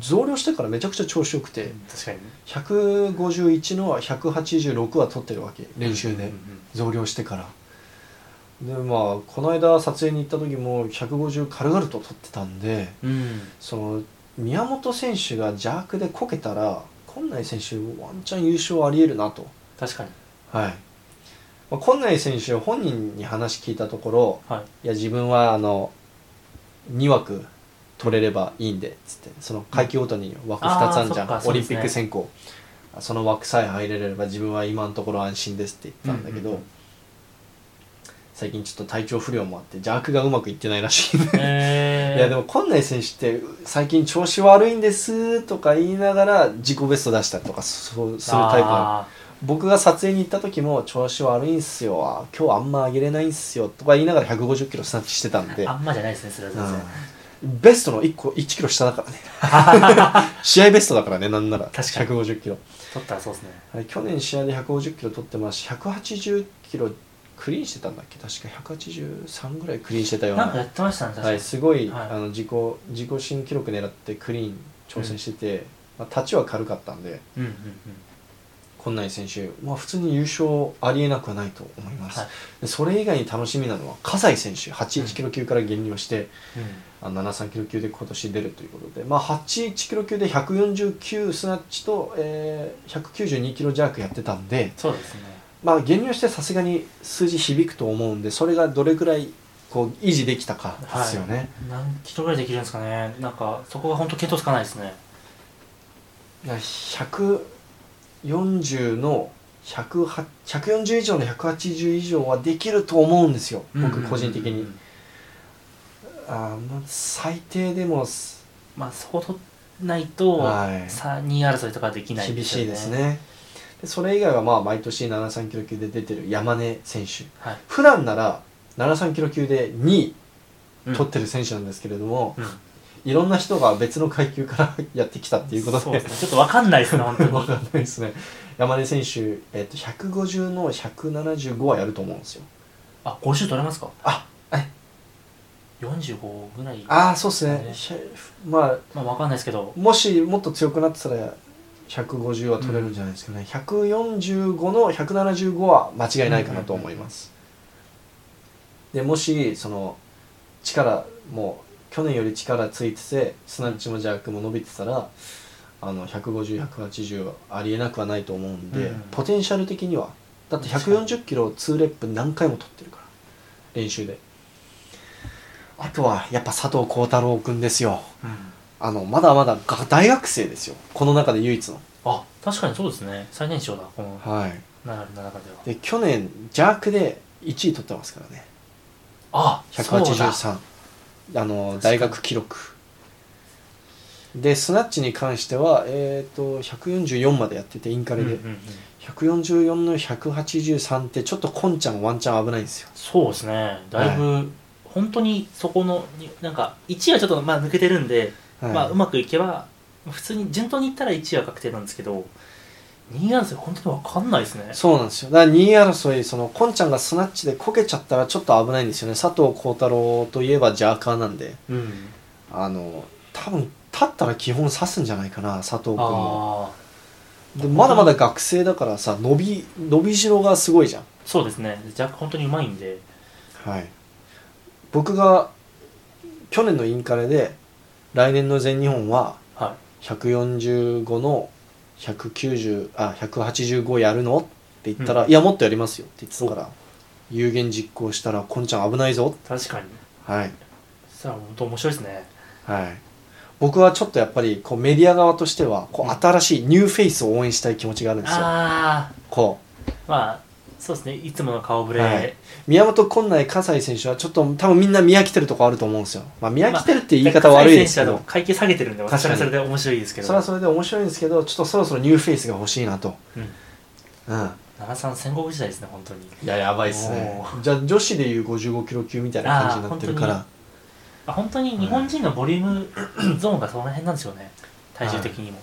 増量してからめちゃくちゃ調子よくて確かに151のは186は取ってるわけ練習で、うんうんうん増量してからでまあこの間撮影に行った時も150軽々と取ってたんでうんその宮本選手が邪悪でこけたら今内選手ワンチャン優勝ありえるなと確かにはい、まあ、今内選手本人に話聞いたところ はいいや自分はあの2枠取れればいいんでっつってその階級ごとに枠2つあるじゃん、あーそっかそうですねオリンピック選考そ,、の枠さえ入れれば自分は今のところ安心ですって言ってたんだけど、うんうんうん最近ちょっと体調不良もあって邪悪がうまくいってないらしいね、えー、いやでも今内選手って最近調子悪いんですとか言いながら自己ベスト出したりとかそうするタイプなのあ僕が撮影に行った時も調子悪いんすよあ今日あんま上げれないんすよとか言いながら150キロスナッチしてたんでーあんまじゃないですねそれは全然うんベストの1個1キロ下だからね 試合ベストだからねなんなら確かに150キロ取ったらそうですねあれ去年試合で150キロ取ってますし180キロクリーンしてたんだっけ確か183ぐらいクリーンしてたようななんかやってましたね確かはに、い、すごい、はいあの自己自己新記録狙ってクリーン挑戦してて、まあ、立ちは軽かったんでうんうんうん今内選手、まあ、普通に優勝ありえなくはないと思います、はいでそれ以外に楽しみなのは葛西選手81キロ級から減量して、あの73キロ級で今年出るということで、まあ、81キロ級で149スナッチと、えー192キロ弱やってたんで、そうですねまあ、減量してさすがに数字響くと思うんでそれがどれくらいこう維持できたかですよね、何キロぐらいできるんですかねなんかそこが本当見当つかないですねだから140の108 140以上の180以上はできると思うんですよ僕個人的に、うんうんうんあーまあ最低でもすまあそこ取らないと、はいさ2位争いとかできない厳しいですよねでそれ以外はまあ毎年73キロ級で出てる山根選手はい、普段なら73キロ級で2位うん取ってる選手なんですけれども、うんいろんな人が別の階級から やってきたっていうことそでうですねちょっとわかんないですね本当 にわかんないですね山根選手、えっと150の175はやると思うんですよあ50取れますかあはい45ぐらいああそうですねねひゃままあわかんないですけどあもしもっと強くなってたら150は取れるんじゃないですかね、145の175は間違いないかなと思います、でもしその力もう去年より力ついててスナッチもジャークも伸びてたらあの150180はありえなくはないと思うんで、うんポテンシャル的にはだって140キロを2レップ何回も取ってるから練習であとはやっぱ佐藤幸太郎君ですようんあのまだまだが大学生ですよこの中で唯一のあ確かにそうですね最年少だこのはい並びの中ではで去年邪悪で1位取ってますからねあそうだ183あの大学記録でスナッチに関しては、えー、と144までやっててインカレで、うんうんうん144の183ってちょっとコンちゃんワンチャン危ないんですよそうですねだいぶ、本当にそこのになんか1位はちょっとまあ抜けてるんで、はい、まあうまくいけば普通に順当にいったら1位は確定なんですけど2位争い本当にわかんないですねそうなんですよだから2位争いそのコンちゃんがスナッチでこけちゃったらちょっと危ないんですよね佐藤幸太郎といえばジャーカーなんでうんあの多分立ったら基本刺すんじゃないかな佐藤君もああでまだまだ学生だからさ伸び伸びしろがすごいじゃんそうですねじゃあ本当にうまいんではい、僕が去年のインカレで来年の全日本はは145の190あ185やるのって言ったら「うんいやもっとやりますよ」って言ってたから有言実行したら「こんちゃん危ないぞい確かに」はい、さあ本当面白いですねはい、僕はちょっとやっぱりこうメディア側としてはこうんう新しいニューフェイスを応援したい気持ちがあるんですよああこうまあそうですねいつもの顔ぶれ、はい宮本今内葛西選手はちょっと多分みんな見飽きてるとこあると思うんですよ、まあ、見飽きてるって言い方悪いですけど、だから会計下げてるんで確私かはにそれで面白いですけどそれはそれで面白いんですけどちょっとそろそろニューフェイスが欲しいなと、うんうん、奈良さん戦国時代ですね本当にいややばいっすねじゃあ女子でいう55キロ級みたいな感じになってるからあ本当に日本人のボリュームゾーンがその辺なんでしょうね体重的にも、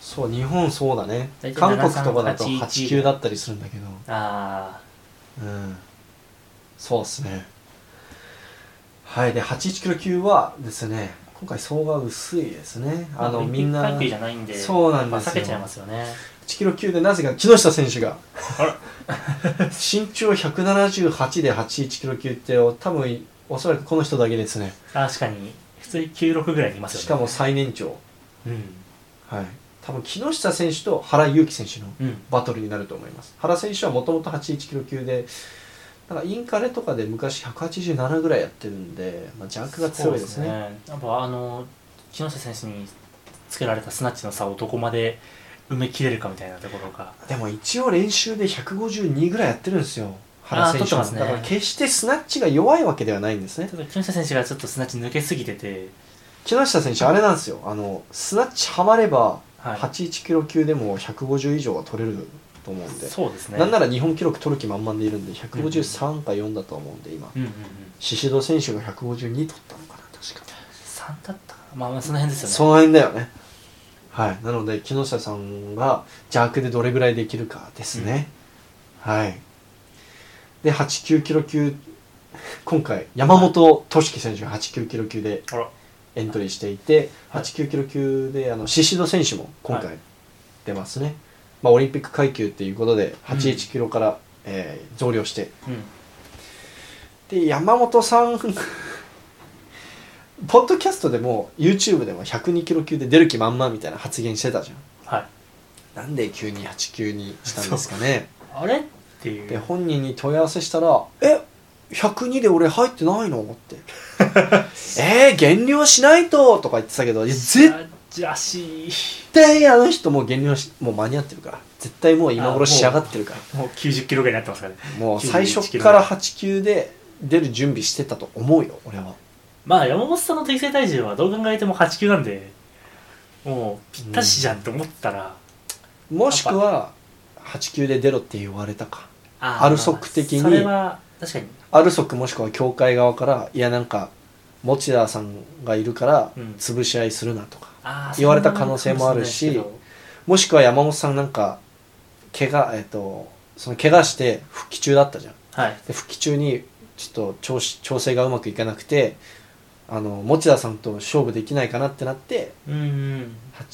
そう日本そうだね大体韓国とかだと73 8級だったりするんだけど、ああうん、そうっすねはいで81キロ級はですね今回層が薄いですねあのオリンピみックんな階級じゃ1ないんで、そうなんですよやっぱ避けちゃいますよね。キロ級でなぜか木下選手があら 身長178で81キロ級って多分おそらくこの人だけですね確かに、普通に96ぐらいにいますよね。しかも、最年長うん。はい多分木下選手と原勇輝選手のうん。バトルになると思います原選手はもともと81キロ級でなんかインカレとかで昔187ぐらいやってるんで、まあ、ジャンクが強いですねそうやっぱあの、木下選手につけられたスナッチの差をどこまで埋め切れるかみたいなところが。でも一応練習で152ぐらいやってるんですよ原あー選手は取ってますねだから決してスナッチが弱いわけではないんですねただ木下選手がちょっとスナッチ抜けすぎてて、木下選手あれなんですよあのスナッチはまればはい81キロ級でも150以上は取れると思うんで、そうですね。なんなら、ら日本記録取る気満々でいるんで153か4だと思うんで今うんうんうん。宍戸選手が152取ったのかな確か3だったかな。まあまあ、その辺ですよね。その辺だよねはいなので木下さんが邪悪でどれぐらいできるかですね、はいで89キロ級今回山本俊樹選手が89キロ級であら、エントリーしていて、はい89キロ級であの宍戸選手も今は回出ますね、まあ、オリンピック階級っていうことでうん81キロから、えー増量してうん。で山本さんポッドキャストでも YouTube でも102キロ級で出る気満々みたいな発言してたじゃんはい。なんで急に8級にしたんですかねあれっていでう。本人に問い合わせしたら「え102で俺入ってないの?」 って「えー、減量しないと」とか言ってたけどいや絶ジャシー。対あの人もう減量しもう間に合ってるから絶対もう今頃仕上がってるからもう90キロぐらいになってますからね。もう91最初から8級で出る準備してたと思うよ俺はまあ山本さんの適正体重はどう考えても8級なんでもうぴったしじゃんと思ったら、もしくは8級で出ろって言われたかあーアルソック的にそれは確かに、アルソクもしくは協会側からいやなんか持田さんがいるからうん潰し合いするなとか、あー言われた可能性もあるしそんなのかももしくは山本さんなんか怪我えっとその怪我して復帰中だったじゃんしれないですけどで復帰中にちょっと調子調整がうまくいかなくてあの持田さんと勝負できないかなってなってはいうんうん八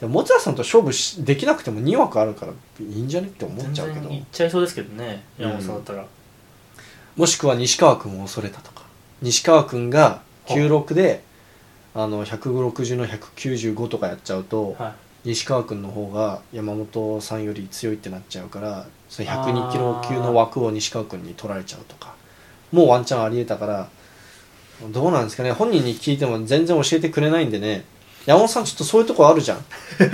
でも持田さんと勝負しできなくても2枠あるからいいんじゃねって思っ全ちゃうけ然どいっちゃいそうですけどねうん山本さんだったら、もしくは西川君を恐れたとか西川君が96であの160の195とかやっちゃうとはい 西川君の方が山本さんより強いってなっちゃうからそのあ102ーキロ級の枠を西川君に取られちゃうとかもうワンチャンありえたからどうなんですかね本人に聞いても全然教えてくれないんでね山本さんちょっとそういうとこあるじゃんそう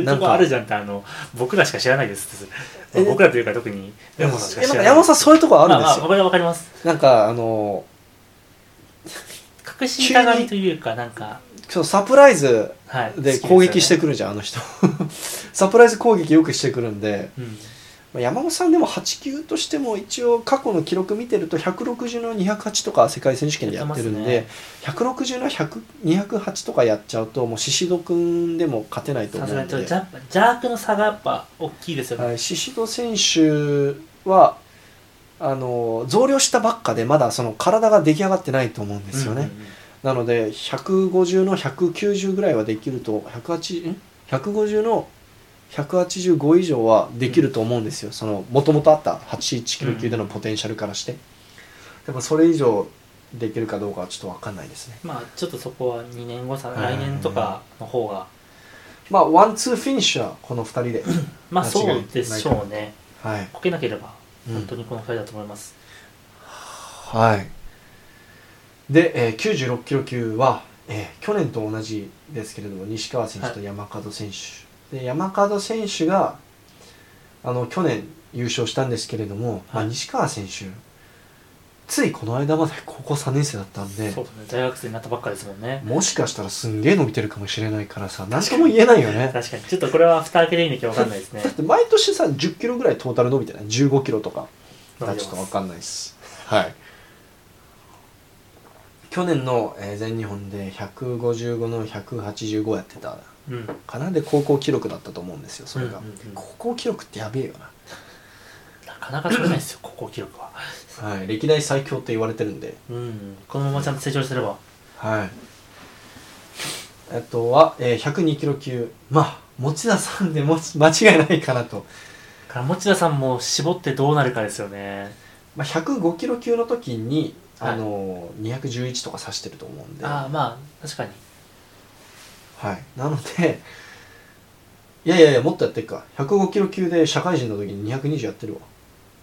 いうとこあるじゃんってあの僕らしか知らないですってえ僕らというか特に山本さんしかえ知なんからない山本さんそういうとこあるんでまあすよ、まあこれはわかりますなんかあの隠したがりというかなんかそうサプライズはいで攻撃してくくるじゃん、あの人 サプライズ攻撃よくしてくるんでうんまあ山本さんでも8級としても一応過去の記録見てると160の208とか世界選手権でやってるんやで、って160の100 208とかやっちゃうともう宍戸君でも勝てないとさ思すうがんにちょっとでジャジャークの差がやっぱ大きいですよね、はい宍戸、選手はあの増量したばっかでまだその体が出来上がってないと思うんですよね、うんうんうんなので150の190ぐらいはできると108ん150の185以上はできると思うんですよ、そのもともとあった81キロ級でのポテンシャルからして、でもそれ以上できるかどうかはちょっと分かんないですねまあちょっとそこは2年後さうん来年とかの方がまあワンツーフィニッシュはこの2人でまあ間違いそうでしょうねはい、こけなければうん本当にこの2人だと思います、はいで、えー、96キロ級は、えー去年と同じですけれども西川選手と山門選手、で山門選手があの去年優勝したんですけれども、まあ、はい西川選手ついこの間まで高校3年生だったんでそうですね大学生になったばっかりですもんねもしかしたらすんげえ伸びてるかもしれないからさ何とも言えないよねだ確かにちょっとこれは蓋開けていいのか分かんないです ねって毎年さ1 0キロぐらいトータル伸びてない1 5キロとかどうまぞあちょっとわかんないです。はい。去年の、えー全日本で155の185やってたうんかなで高校記録だったと思うんですよそれが、うんうんうん高校記録ってやべえよななかかなか取れないですよ、高校記録は。はい、歴代最強って言われてるんで、うん。このままちゃんと成長すれば。はい。あとは、えー、102キロ級。まあ、持田さんでも間違いないかなと。から持田さんも絞ってどうなるかですよね。まあ、105キロ級の時に、はいあのー、211とか指してると思うんで、ああ、まあ、確かに。はい。なので、いやいやいや、もっとやってるか。105キロ級で社会人の時に220やってる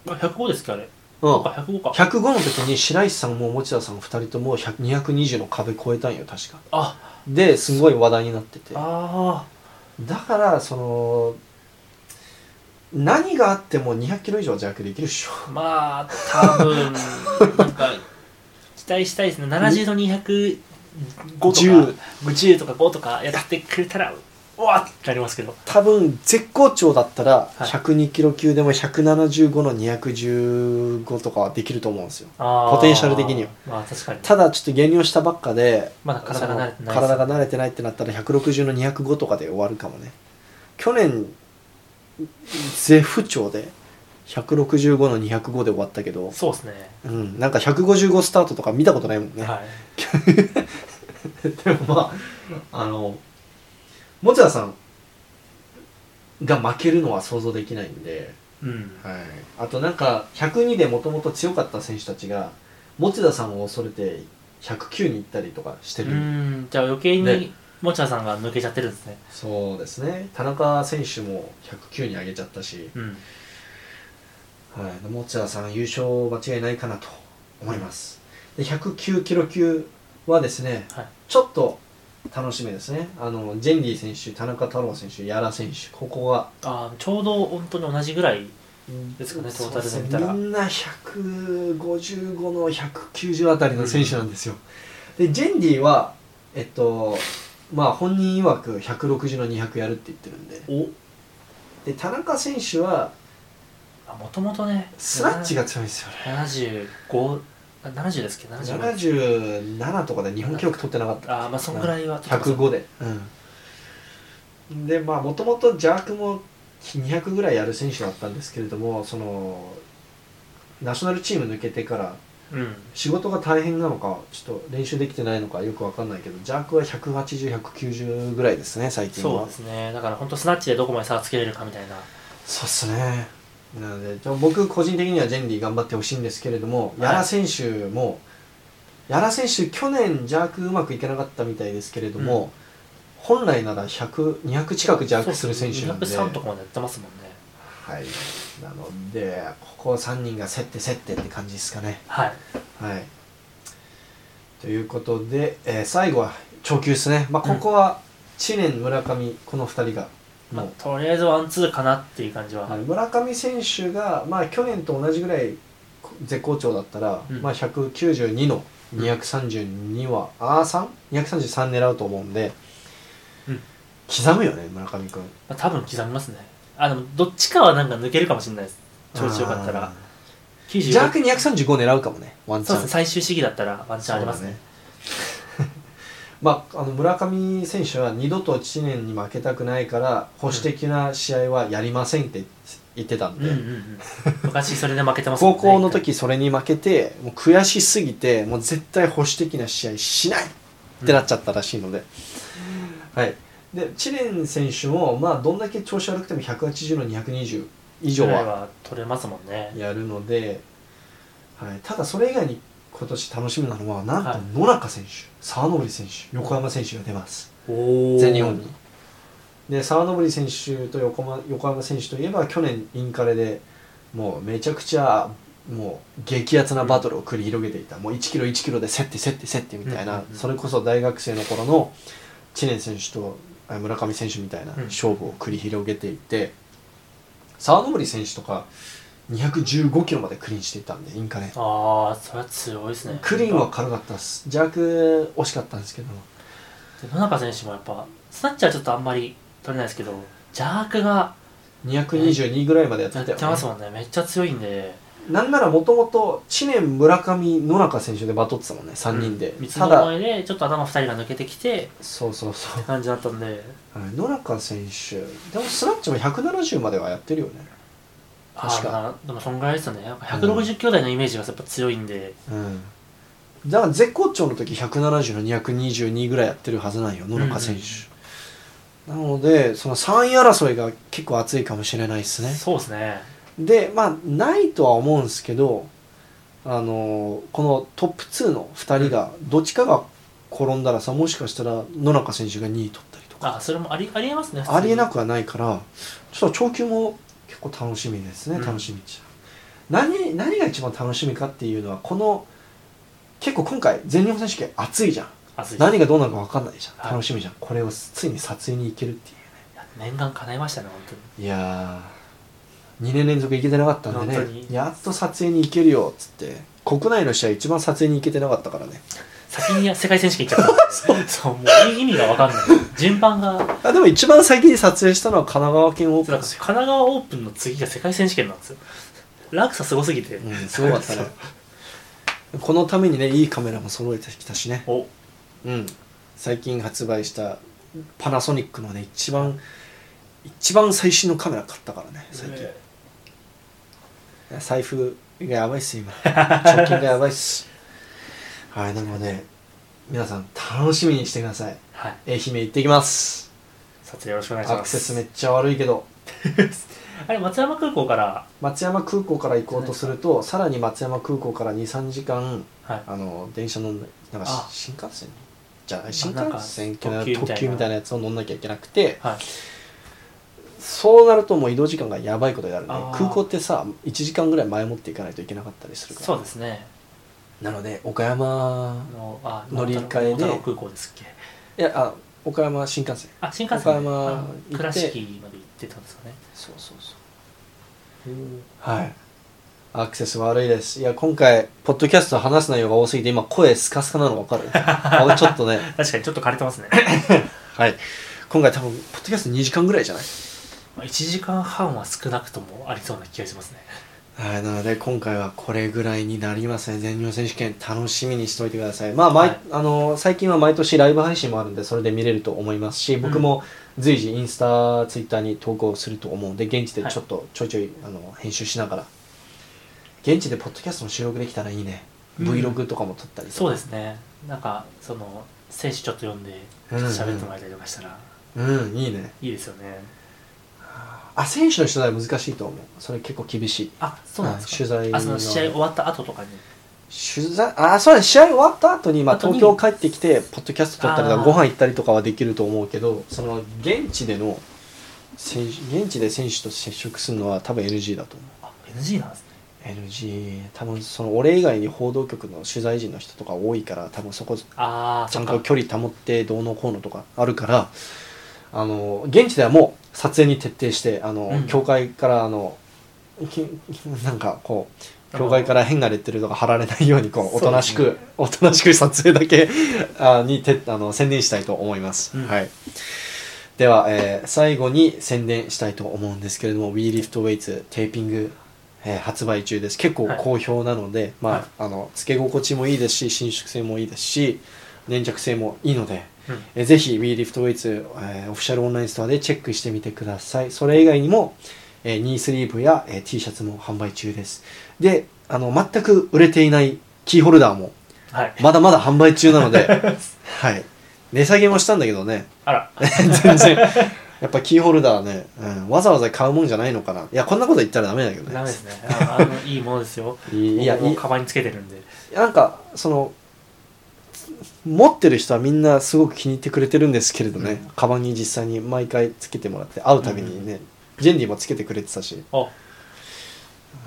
あ105ですっけ、あれ。わ。そうんうか、。105か。 105の時に白石さんも持田さんも2人とも100 220の壁超えたんよ確かあ、ですごい話題になっててあだからその何があっても2 0 0キロ以上は弱できるっしょあ、まあ、多分なんか、 期待したいですね。70の200。5と10か10とか5とかやってくれたらうわっってなりますけど多分絶好調だったらはい102キロ級でも175の215とかはできると思うんですよあーポテンシャル的にはまあ確かにただちょっと減量したばっかでまだ体が慣れてないですその体が慣れてないってなったら160の205とかで終わるかもね去年絶不調で165の205で終わったけど、そうですねうん、なんか155スタートとか見たことないもんね、はい でもまああの持田さんが負けるのは想像できないんで、うんはい、あとなんか102でもともと強かった選手たちが持田さんを恐れて109に行ったりとかしてうる、んじゃあ余計ねにもちゃさんが抜けちゃってるんですねそうですね田中選手も109に上げちゃったし、うんはい、持田さん優勝間違いないかなと思いますで109キロ級はですね、はいちょっと楽しみですねあのジェンリー選手田中太郎選手屋良選手ここがあーちょうど本当に同じぐらいですかねそうトータルで見すたねらみんな155の190あたりの選手なんですよ、でジェンリーはえっとまあ本人曰く160の200やるって言ってるんでおで田中選手はもともとねスラッチが強いんですよね75あ70ですっけど75 77とかで日本記録取ってなかったあーまあそんぐらいは105で、でまあもともと邪悪も200ぐらいやる選手だったんですけれどもそのナショナルチーム抜けてからうん仕事が大変なのかちょっと練習できてないのかよくわかんないけど邪悪は180190ぐらいですね最近そはうですねだから本当スナッチでどこまで差をつけれるかみたいなそうっすねなのでちょ僕個人的にはジェンリー頑張ってほしいんですけれども、はい屋良選手も屋良選手去年邪悪うまくいかなかったみたいですけれども、うん本来なら100200近く邪悪する選手なんで203とかまでやってますもんねはいなのでここ3人が競って競ってって感じですかねはいはいということで、えー最後は長級ですね、まあ、ここは知念村上この2人がまもあう、とりあえずワンツーかなっていう感じは、はい村上選手が、まあ、去年と同じぐらいこ絶好調だったら、うんまあ、192の232は、あー 3?233 狙うと思うんで、うん刻むよね村上君まあ、多分刻みますねあでもどっちかはなんか抜けるかもしれないです調子よかったら95ジャーク235狙うかもねワンチそうャですねン最終試技だったらワンチャンありますねそうだね まあ、あの村上選手は二度と知念に負けたくないから保守的な試合はやりませんって言ってたんうんで、う んうん昔それで負けてますもん高ね校の時それに負けてもう悔しすぎてもう絶対保守的な試合しないってなっちゃったらしいので、はいで知念選手もまあどんだけ調子悪くても180の220以上ぐらいはは取れますもんねやるので、はい、ただそれ以外に今年楽しみなのはなんはいと野中選手沢登選手横山選手が出ますおー全日本にで沢登選手と横浜横浜選手といえば去年インカレでもうめちゃくちゃもう激アツなバトルを繰り広げていた、もう1キロ1キロで競って競って競ってみたいな、うんうんうんそれこそ大学生の頃の知念選手とあ村上選手みたいなうん勝負を繰り広げていて、沢登選手とか215キロまでクリーンしていたんでインカレああそれは強いですねクリーンは軽かったです邪悪惜しかったんですけどで野中選手もやっぱスナッチはちょっとあんまり取れないですけど邪悪が222ぐらいまでやってたやっよ、てね、ますもんねめっちゃ強いんでなんならもともと知念村上野中選手でバトってたもんね3人で、三つたのだ前でちょっと頭2人が抜けてきてそうそうそ感じだったんでうはい野中選手でもスナッチも170まではやってるよね確かあーでもそんぐらいですよねやっぱ160兄弟のイメージがやっぱ強いんで、うんだから絶好調の時170の222ぐらいやってるはずなんよ野中選手、なのでその3位争いが結構熱いかもしれないですねそうですねでまあないとは思うんですけどあのこのトップ2の2人がどっちかが転んだらさもしかしたら野中選手が2位取ったりとかあそれもありありえますねありえなくくはないからちょっと長球も結構楽しみですねうん楽しみっちゃ、何何が一番楽しみかっていうのはこの結構今回全日本選手権暑いじゃん熱い何がどうなるか分かんないじゃはんい楽しみじゃんこれをついに撮影に行けるってい念願叶いましたね本当にういやー2年連続行けてなかったんで本当ねにやっと撮影に行けるよっつって国内の試合一番撮影に行けてなかったからね先に世界選手権行っちゃった そうそうもう意味が分かんない順番がだかあでも一番先に撮影したのは神奈川県オープンらです神よ、奈川オープンの次が世界選手権なんですよ落差すごすぎて、うん、すごかったねこのためにねいいカメラも揃えてきたしねおうん、最近発売したパナソニックのね一番一番最新のカメラ買ったからね最近、財布がやばいっす今貯金がやばいっ すはいでもね皆さん楽しみにしてくださいはい愛媛行ってきます撮影よろしくお願いしアまクすセスめっちゃ悪いけどあれ松山空港から松山空港から行こうとするとさらに松山空港から23時間はいあの電車乗んななんかあ新幹線じゃない新なん幹か線特急みたいな特急みたいなやつを乗んなきゃいけなくてはいそうなるともう移動時間がやばいことになるねあー空港ってさ1時間ぐらい前もっていかないといけなかったりするからそうですねなので岡山あのあ乗り換えで桃太郎空港ですっけいやあ岡山新幹線あ新幹線で岡山行ってあ倉敷まで行ってたんですよねそうそうそうはいアクセス悪いですいや今回ポッドキャスト話す内容が多すぎて今声スカスカなの分 かるあちょっとね確かにちょっと枯れてますねはい今回多分ポッドキャスト2時間ぐらいじゃないまあ1時間半は少なくともありそうな気がしますねはい、なので今回はこれぐらいになりますね全日本選手権楽しみにしておいてください、まあ毎はいあの最近は毎年ライブ配信もあるんでそれで見れると思いますし僕も随時インスタ、ツイッターに投稿すると思うんで現地でちょっとちょいちょい、あの編集しながら現地でポッドキャストの収録できたらいいね、うん Vlog とかも撮ったりそうですすねなんかその選手ちょっと読んでうんうん喋ってもらえたりとかしたらうんいいねいいですよねあ選手の取材は難しいと思うそれ結構厳しいあそうなんですかはい取材のあその試合終わった後とかに取材あそうだね試合終わった後にまあ後に東京帰ってきてポッドキャスト撮ったりとあかーご飯行ったりとかはできると思うけどその現地での選手現地で選手と接触するのは多分 NG だと思うあ NG なんですね NG 多分その俺以外に報道局の取材陣の人とか多いから多分そこちああゃそんっとか距離保ってどうのこうのとかあるからあの現地ではもう撮影に徹底してあの、うん教会からあのきなんかこう教会から変なレッテルとか貼られないようにこうおとなしく、そうでおとなしく撮影だけあにてあの専念したいと思います、うんはい、では、えー最後に宣伝したいと思うんですけれども WeLiftWeights テーピング、えー発売中です結構はい好評なので、まあはいあのつけ心地もいいですし伸縮性もいいですし粘着性もいいので、うんえーぜひ WeLiftWeights、えーオフィシャルオンラインストアでチェックしてみてくださいそれ以外にも、えーニースリーブや、えー T シャツも販売中ですであの全く売れていないキーホルダーもはいまだまだ販売中なの ではい値下げもしたんだけどねあら全然やっぱキーホルダーね、うん、わざわざ買うもんじゃないのかないやこんなこと言ったらダメだけどねダメですねああのいいものですよい いいや僕いもいカバンにつけてるんでなんかその持ってる人はみんなすごく気に入ってくれてるんですけれどね、うんカバンに実際に毎回つけてもらって会うたびにね、ジェンディもつけてくれてたしお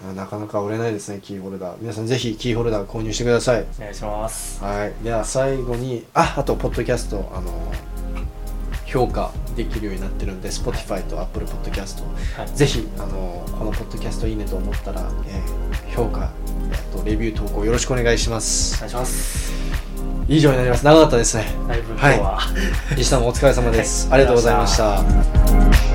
あなかなか売れないですねキーホルダー皆さんぜひキーホルダー購入してくださいお願いしますはい、では最後にああとポッドキャストあの評価できるようになってるんで Spotify と Apple Podcast はいぜひあのこのポッドキャストいいねと思ったら、えー評価えーとレビュー投稿よろしくお願いしまおす願いします以上になります長かったですねだいぶ今日は、西さんもお疲れ様です、はいありがとうございました